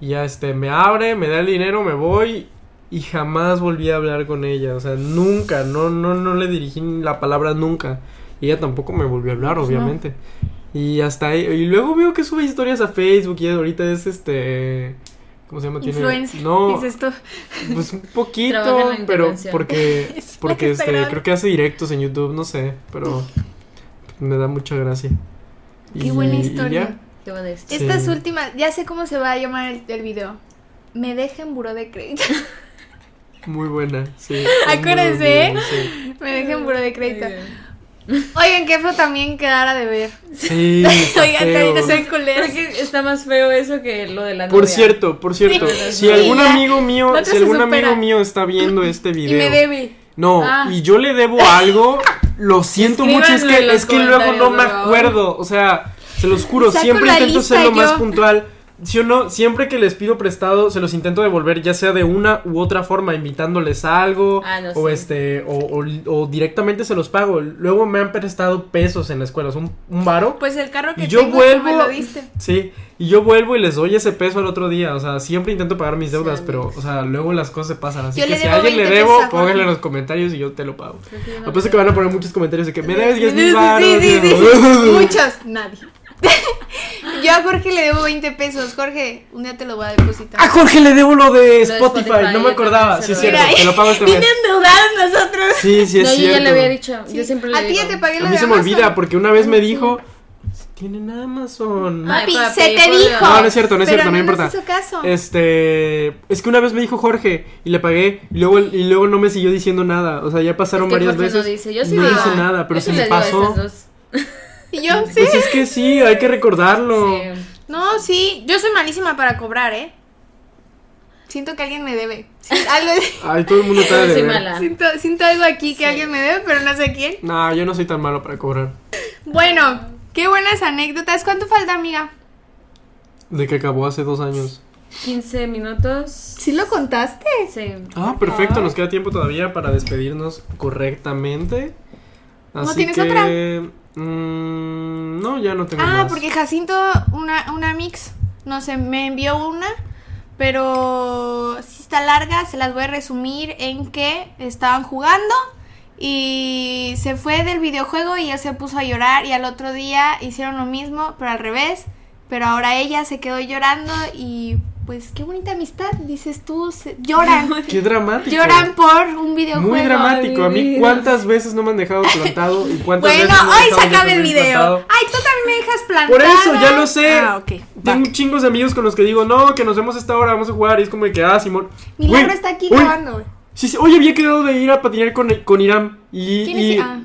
S4: Y ya este, me abre, me da el dinero, me voy y jamás volví a hablar con ella, o sea, nunca, no, no, no le dirigí ni la palabra nunca. Y ella tampoco me volvió a hablar,
S3: Pues
S4: obviamente. Y hasta ahí, y luego veo que sube historias a Facebook y ahorita es este ¿cómo se llama? Tiene-
S2: influencer,
S4: no,
S2: dices tú.
S4: pues
S3: Trabaja
S4: un
S3: en
S4: poquito,
S3: la
S4: pero
S3: intervención.
S4: porque
S2: Es
S4: porque
S2: la
S4: este
S2: Instagram.
S4: creo que hace directos en YouTube, no sé, pero me da mucha gracia.
S2: Qué
S4: Y-
S2: buena
S4: y
S2: historia.
S3: Qué buena historia.
S4: Sí.
S2: Estas últimas, ya sé cómo se va a llamar el, el video. Me dejen buró de crédito.
S4: ya, muy buena, sí.
S2: Acuérdense, ¿eh?
S4: muy buena,
S2: Me dejen buró de crédito.
S3: Muy bien.
S2: Oigan, que fue también quedara de ver.
S4: Sí, sí está
S2: Oigan,
S4: feo.
S2: también soy
S3: Creo
S2: culera.
S3: que está más feo eso que lo de la
S4: Por
S3: novia.
S4: cierto, por cierto,
S2: Sí,
S4: si algún
S2: ya.
S4: amigo mío,
S2: No te
S4: si
S2: se
S4: algún
S2: supera.
S4: amigo mío está viendo este
S2: Y
S4: video,
S2: me debe.
S4: no,
S3: Ah.
S4: y yo le debo algo, lo siento mucho, es
S3: Escríbanlo en
S4: que
S3: los
S4: es que luego no me
S3: comentarios, por favor.
S4: acuerdo, o sea, se los juro,
S2: Saco
S4: siempre
S2: la
S4: intento
S2: lista
S4: ser lo más
S2: yo.
S4: puntual. Si o no, siempre que les pido prestado, se los intento devolver, ya sea de una u otra forma, invitándoles algo,
S3: Ah, no,
S4: o
S3: sí.
S4: este, o, o- o directamente se los pago. Luego me han prestado pesos en la escuela, es un, un varo.
S2: Pues el carro que
S4: Y yo
S2: tengo, tú
S4: vuelvo-
S2: me lo diste.
S4: Sí, y yo vuelvo y les doy ese peso al otro día. O sea, siempre intento pagar mis deudas,
S3: Sí,
S4: pero, o sea, luego las cosas se pasan. Así
S2: Yo
S4: que
S2: le
S4: si
S2: debo
S4: a alguien le
S2: 20
S4: debo,
S2: pesos a Jorge.
S4: pónganlo en los comentarios y yo te lo pago.
S3: Creo que yo no
S4: Apuesto
S3: me
S4: que van a poner muchos comentarios de que me debes 10 mil
S2: Sí,
S4: baros.
S2: sí, sí, sí, sí. Muchos, nadie. Yo a Jorge le debo 20 pesos. Jorge, un día te lo voy a depositar.
S4: A Jorge le debo lo de
S3: Lo de
S4: Spotify,
S3: Spotify,
S4: no
S3: yo
S4: me
S3: también
S4: acordaba.
S3: se
S4: Sí,
S3: lo
S4: es
S3: debo.
S4: cierto, te lo pago este
S2: viene
S4: mes.
S2: endeudados nosotros.
S4: Sí, sí, es
S3: No, yo
S4: cierto.
S3: ya le había dicho. Yo siempre le
S2: a ti
S3: digo.
S2: ya te pagué
S4: A
S2: la
S4: mí
S2: de
S4: se me
S2: Amazon. Ah,
S4: olvida porque una vez me
S2: Ay,
S4: dijo: Tienen Amazon.
S3: Ay,
S2: Papi,
S3: papi,
S2: se te
S3: por
S2: dijo.
S3: Dios.
S4: No, no es cierto, no es
S2: Pero
S4: cierto, no me
S2: nos
S4: importa.
S2: hizo caso.
S4: Este, es que una vez me dijo Jorge y le pagué y luego y luego no me siguió diciendo nada, o sea, ya pasaron
S3: Es que
S4: varias
S3: Jorge
S4: veces.
S3: No dice, yo sí
S4: no
S3: digo.
S4: dice nada, pero
S3: Yo
S4: se
S3: sí
S4: me
S3: les digo a esas
S4: pasó.
S3: dos.
S2: Y yo, sí.
S4: Pues es que sí, hay que recordarlo.
S3: Sí.
S2: No, sí. Yo soy malísima para cobrar, ¿eh? Siento que alguien me debe. Algo,
S4: Ay, todo el mundo está de
S3: Yo soy
S4: deber.
S3: mala.
S2: siento, siento algo aquí que alguien me debe, pero no sé quién.
S4: Nah, yo no soy tan malo para cobrar.
S2: Bueno, qué buenas anécdotas. ¿Cuánto falta, amiga?
S4: De que acabó hace dos años.
S3: 15 minutos.
S2: ¿Sí lo contaste?
S3: Sí.
S4: Ah, perfecto, nos queda tiempo todavía para despedirnos correctamente.
S2: ¿No
S4: Así
S2: tienes
S4: que,
S2: otra?
S4: mm, no, ya no tengo
S2: Ah,
S4: más.
S2: porque Jacinto, una, una mix, no sé, me envió una, pero si está larga, se las voy a resumir en que estaban jugando y se fue del videojuego y él se puso a llorar y al otro día hicieron lo mismo, pero al revés, pero ahora ella se quedó llorando y pues qué bonita amistad, dices tú, se- lloran,
S4: Qué dramático.
S2: lloran por un videojuego.
S4: Muy dramático. A mí,
S3: vida.
S4: ¿cuántas veces no me han dejado plantado? Y cuántas
S2: Bueno,
S4: veces no me han
S2: hoy
S4: dejado
S2: se
S4: yo
S2: acaba el
S4: también
S2: video.
S4: plantado?
S2: Ay, tú también me dejas plantada.
S4: Por eso, ya lo sé.
S2: Ah, ok. va.
S4: Tengo chingos de amigos con los que digo, no, que nos vemos a esta hora, vamos a jugar. Y es como de que, ah, Simón.
S2: Milagro
S4: Güey,
S2: está aquí
S4: hoy-
S2: grabando, güey.
S4: Sí, sí, hoy había quedado de ir a patinar con, con Irán. Y,
S2: ¿Quién
S4: y,
S2: es? Ah,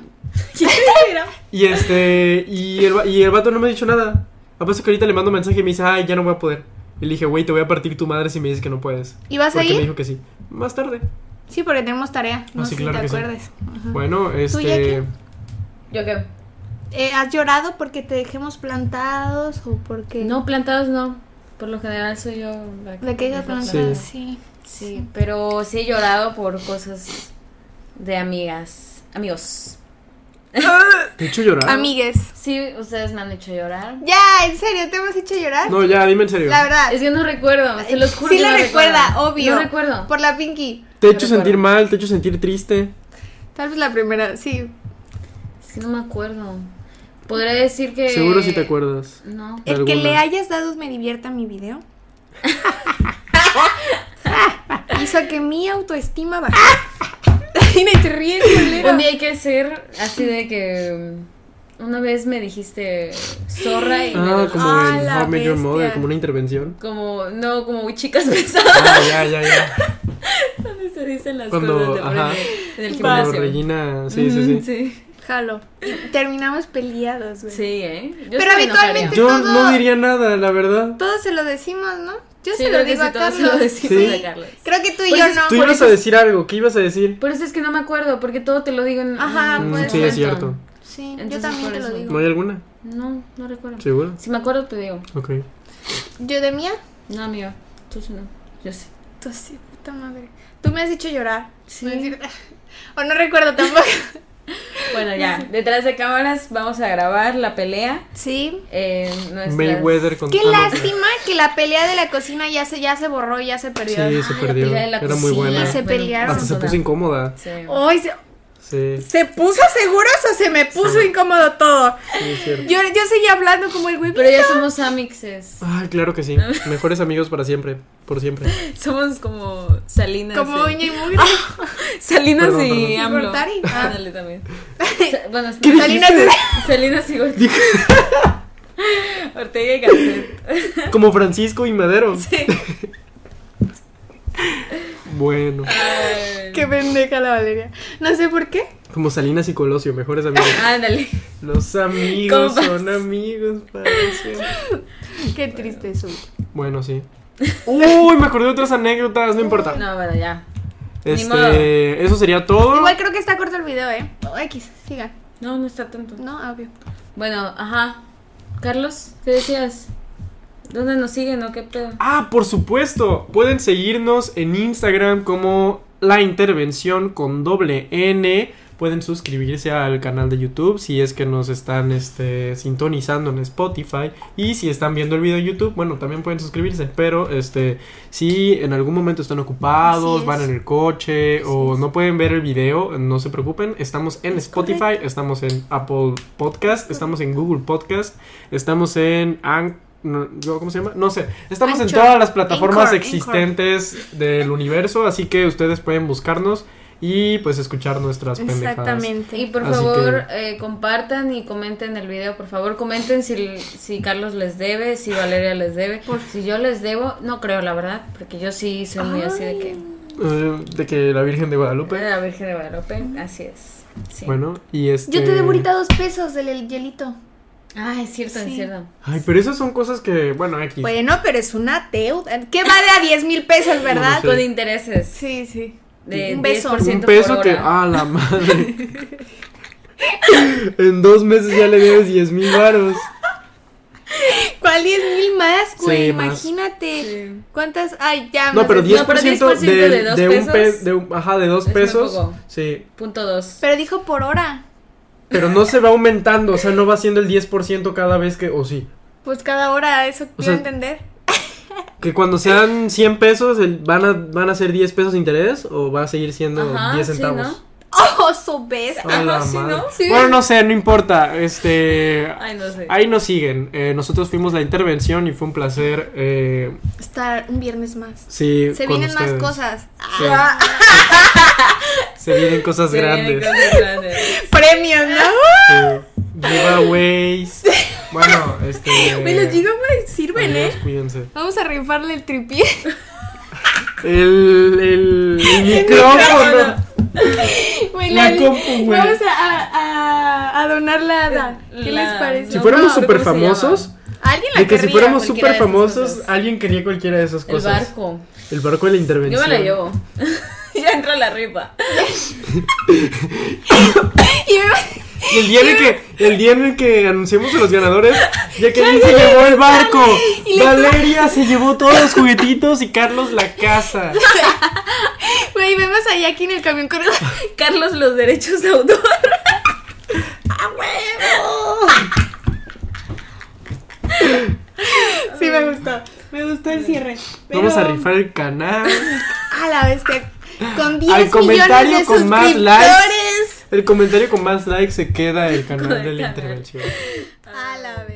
S4: y este. Y el, va- y el vato no me ha dicho nada. Apuesto que ahorita le mando mensaje y me dice, ay, ya no voy a poder. Y le dije, güey, te voy a partir tu madre si me dices que no puedes.
S2: ¿Y vas a
S4: Porque me
S2: ir?
S4: dijo que sí. Más tarde.
S2: Sí, porque tenemos tarea. No
S4: Ah,
S2: sé
S4: sí,
S2: si
S4: claro
S2: te
S4: que sí.
S2: acuerdes.
S4: Bueno,
S2: Jackie?
S4: este.
S3: ¿Yo qué?
S2: Eh, ¿Has llorado porque te dejemos plantados o porque.?
S3: No, plantados no. Por lo general soy yo la
S2: La que ella
S3: plantada.
S2: plantada,
S4: Sí.
S2: sí.
S3: Sí, pero sí he llorado por cosas de amigas. Amigos.
S4: ¿Te he hecho llorar?
S2: Amigues.
S3: Sí, ustedes me han hecho llorar.
S2: Ya, en serio, ¿te hemos hecho llorar?
S4: No, ya, dime en serio.
S2: La verdad.
S3: Es que no recuerdo, se los juro.
S2: sí
S3: que
S2: lo
S3: no
S2: recuerda,
S3: recuerdo.
S2: obvio.
S3: No recuerdo.
S2: Por la Pinky.
S4: Te he
S3: No
S4: hecho sentir
S3: recuerdo.
S4: mal, te he hecho sentir triste.
S2: Tal vez la primera, sí.
S3: Es que no me acuerdo. Podría decir que.
S4: Seguro si te acuerdas.
S3: No.
S2: El
S4: alguna.
S2: que le hayas dado me divierta mi video. Hizo que mi autoestima bajara.
S1: Ay, me te ríes, culero.
S3: Un día hay que ser así de que. mm, Una vez me dijiste zorra y me
S4: Ah,
S3: dolió.
S4: como
S2: Ah,
S4: el
S2: la
S4: How I Met Your
S2: bestia.
S4: Mother, como una intervención.
S3: Como, no, como chicas pesadas.
S4: Ah, ya, ya, ya.
S3: Se dicen las
S4: Cuando-
S3: cosas de por
S4: ajá.
S3: en- en el
S4: Cuando
S3: gimnasio.
S4: Regina, sí, sí, sí.
S3: Ujú, sí.
S2: Jalo. Y Terminamos peleados, güey.
S3: Sí, ¿eh? Yo
S2: Pero
S3: sí me
S2: habitualmente-
S3: enojaría.
S4: Yo
S2: todo-
S4: no diría nada, la verdad.
S2: Todos se lo decimos, ¿no? Yo se
S3: Sí,
S2: lo
S3: creo que
S2: digo
S3: sí,
S2: a
S3: todos
S2: Carlos.
S3: se lo decimos
S4: Sí.
S3: a Carlos.
S2: Creo que tú y
S3: Pues
S2: yo
S3: es-
S2: no.
S4: Tú
S3: por
S4: ibas
S3: eso
S4: a
S3: es-
S4: decir algo, ¿qué ibas a decir?
S3: Por eso es que no me acuerdo, porque todo te lo digo en.
S2: Ajá,
S3: en-
S4: Mm,
S2: puede
S4: sí,
S2: ser.
S4: es cierto.
S2: Sí, yo
S3: Entonces,
S2: también
S3: por
S2: te lo
S3: eso.
S2: digo.
S4: ¿No hay alguna?
S3: No, no recuerdo.
S4: ¿Seguro?
S3: Si me acuerdo, te digo.
S4: Ok.
S2: ¿Yo de mía?
S3: No, amigo. Tú sí no. Yo sí.
S2: Tú sí, puta madre. Tú me has dicho llorar.
S3: Sí.
S2: Me has dicho- O no recuerdo tampoco.
S3: Bueno, ya. Detrás de cámaras vamos a grabar la pelea.
S2: sí.
S3: Eh, nuestras-
S4: Mayweather con
S2: Pues, Qué
S4: ah, no,
S2: lástima que la pelea de la cocina ya se, ya se borró, ya se perdió.
S4: Sí, se
S3: Ay, la
S4: perdió.
S3: pelea de la
S4: Era muy
S3: cocina.
S4: buena.
S2: Se pelearon.
S4: Hasta se puso incómoda.
S3: Sí.
S2: Ay, se,
S4: Sí,
S2: ¿se puso seguros o se me puso
S4: Sí.
S2: incómodo todo?
S4: sí, es cierto.
S2: Yo, yo seguía hablando como el güey.
S3: Pero ya somos amixes.
S4: Ay, claro que sí. Mejores amigos para siempre. Por siempre.
S3: Somos como Salinas.
S2: Como
S3: y-
S2: uña y mugre.
S3: Ah, Salinas
S4: Perdón,
S3: y
S4: perdón.
S3: AMLO.
S2: Y Gortari. Ah.
S3: Ándale también. Sa- bueno,
S2: Salinas
S3: Salinas y Gortari. Ortega y Gasset.
S4: Como Francisco y Madero. Bueno.
S3: Ay.
S2: Qué pendeja la Valeria. No sé por qué.
S4: Como Salinas y Colosio, mejores amigos.
S3: Ándale.
S4: Los amigos
S3: Compas.
S4: son amigos para siempre.
S2: Qué triste eso.
S4: Bueno, sí. Uy, me acordé de otras anécdotas, no importa.
S3: No, bueno, ya. ni modo.
S4: Este, eso sería todo.
S2: Igual creo que está corto el video, ¿eh? O X, sigan.
S3: No, no está tanto.
S2: No, ah, obvio.
S3: Bueno, ajá. Carlos, ¿qué decías? ¿Dónde nos siguen o qué pedo?
S4: Ah, por supuesto. Pueden seguirnos en Instagram como La Intervención con doble N. Pueden suscribirse al canal de YouTube si es que nos están este, sintonizando en Spotify. Y si están viendo el video de YouTube, bueno, también pueden suscribirse. Pero este, si en algún momento están ocupados,
S2: Así es.
S4: van en el coche o no pueden ver el video, no se preocupen. Estamos en Spotify, estamos en Apple Podcast, estamos en Google Podcast, estamos en Anch- no, yo, ¿Cómo se llama? No sé. Estamos en
S2: Anchor.
S4: todas las plataformas
S2: Anchor,
S4: existentes del universo, así que ustedes pueden buscarnos y pues escuchar nuestras pendejadas.
S2: Exactamente.
S3: Y pues, por
S4: Así
S3: favor, eh, compartan y comenten el video, por favor. Comenten si, si Carlos les debe, si Valeria les debe. Si yo les debo, no creo, la verdad, porque yo sí soy muy así de que...
S4: Eh, de que la Virgen de Guadalupe.
S3: La Virgen de Guadalupe, así es. Ah, Sí.
S4: Bueno, y este.
S2: Yo te debo ahorita dos pesos del el hielito.
S3: Ah, es cierto, es
S2: Sí.
S3: cierto.
S4: Ay, pero esas son cosas que, bueno, aquí.
S2: Bueno, pero es una deuda. ¿Qué vale a 10 mil pesos, verdad?
S4: Sí.
S3: Con intereses
S2: Sí, sí.
S3: de
S2: Un beso.
S3: 10%
S4: un
S3: por
S4: peso
S3: hora.
S4: que. ¡Ah, la madre! en dos meses ya le debes 10 mil varos.
S2: ¿Cuál 10 mil más, güey?
S4: Sí, más.
S2: Imagínate.
S3: Sí.
S2: ¿Cuántas? Ay, ya.
S4: No,
S2: me
S4: pero
S2: haces-
S4: 10%,
S3: pero 10%
S4: de,
S3: de dos
S4: de un pe-
S3: pesos
S4: de un- Ajá, de dos
S3: es muy
S4: pesos.
S3: poco.
S4: Sí.
S3: Punto dos.
S2: Pero dijo por hora.
S4: Pero no se va aumentando, o sea, no va siendo el 10% cada vez que. O sí.
S2: Pues cada hora, eso quiero
S4: sea-
S2: entender.
S4: Que cuando sean 100 pesos, el- ¿van, a, ¿van a ser 10 pesos de interés o va a seguir siendo
S3: Ajá,
S4: 10
S3: sí,
S4: centavos?
S3: ¿no?
S2: ¡Oh, su bestia!
S4: A la
S3: Ajá, sí,
S4: madre.
S3: ¿no?
S4: Bueno, no sé, no importa. Este,
S3: Ay, no sé.
S4: ahí nos siguen. Eh, nosotros fuimos la intervención y fue un placer. eh,
S2: Estar un viernes más.
S4: sí,
S2: Se
S4: con
S2: vienen más
S4: ustedes.
S2: cosas. Ah,
S4: Sí. Se vienen cosas
S3: Sí,
S4: grandes.
S3: cosas grandes.
S2: Premios, ¿no?
S4: sí. Giveaways. Bueno, este.
S2: Me los digo, güey, sirven,
S4: adiós,
S2: ¿eh?
S4: cuídense.
S2: Vamos a rifarle el tripié.
S4: El, el, el micrófono.
S2: Güey,
S4: La
S2: la-
S4: compu, güey.
S2: Vamos a, a, a- a donar la hada. ¿Qué
S3: La-
S2: les parece?
S4: Si
S3: No,
S4: fuéramos
S3: no, ¿cómo
S4: super
S3: se
S4: famosos.
S3: llama?
S2: Alguien la
S4: De que si
S2: querría,
S4: fuéramos
S2: cualquiera
S4: súper
S2: de esas
S4: famosos,
S2: cosas.
S4: alguien quería cualquiera de esas
S3: El
S4: cosas.
S3: barco.
S4: El barco de la
S3: Yo
S4: intervención.
S3: me la llevo. ya entra la ripa.
S2: Y me-
S4: Y el día en el que, el día en el que anunciemos a los ganadores, ya que se llevó el barco. Valeria se llevó todos los juguetitos y Carlos la casa.
S2: Güey, vemos a Jackie en el camión con
S3: Carlos, los derechos de autor.
S2: Sí, me gustó. Me gustó el cierre. Pero-
S4: Vamos a rifar el canal.
S2: A la bestia. Con 10
S4: Al
S2: millones
S4: comentario
S2: de
S4: con más
S2: suscriptores.
S4: likes. El comentario con más likes se queda el canal
S3: el
S4: de la
S3: canal.
S4: intervención.
S2: A la vez.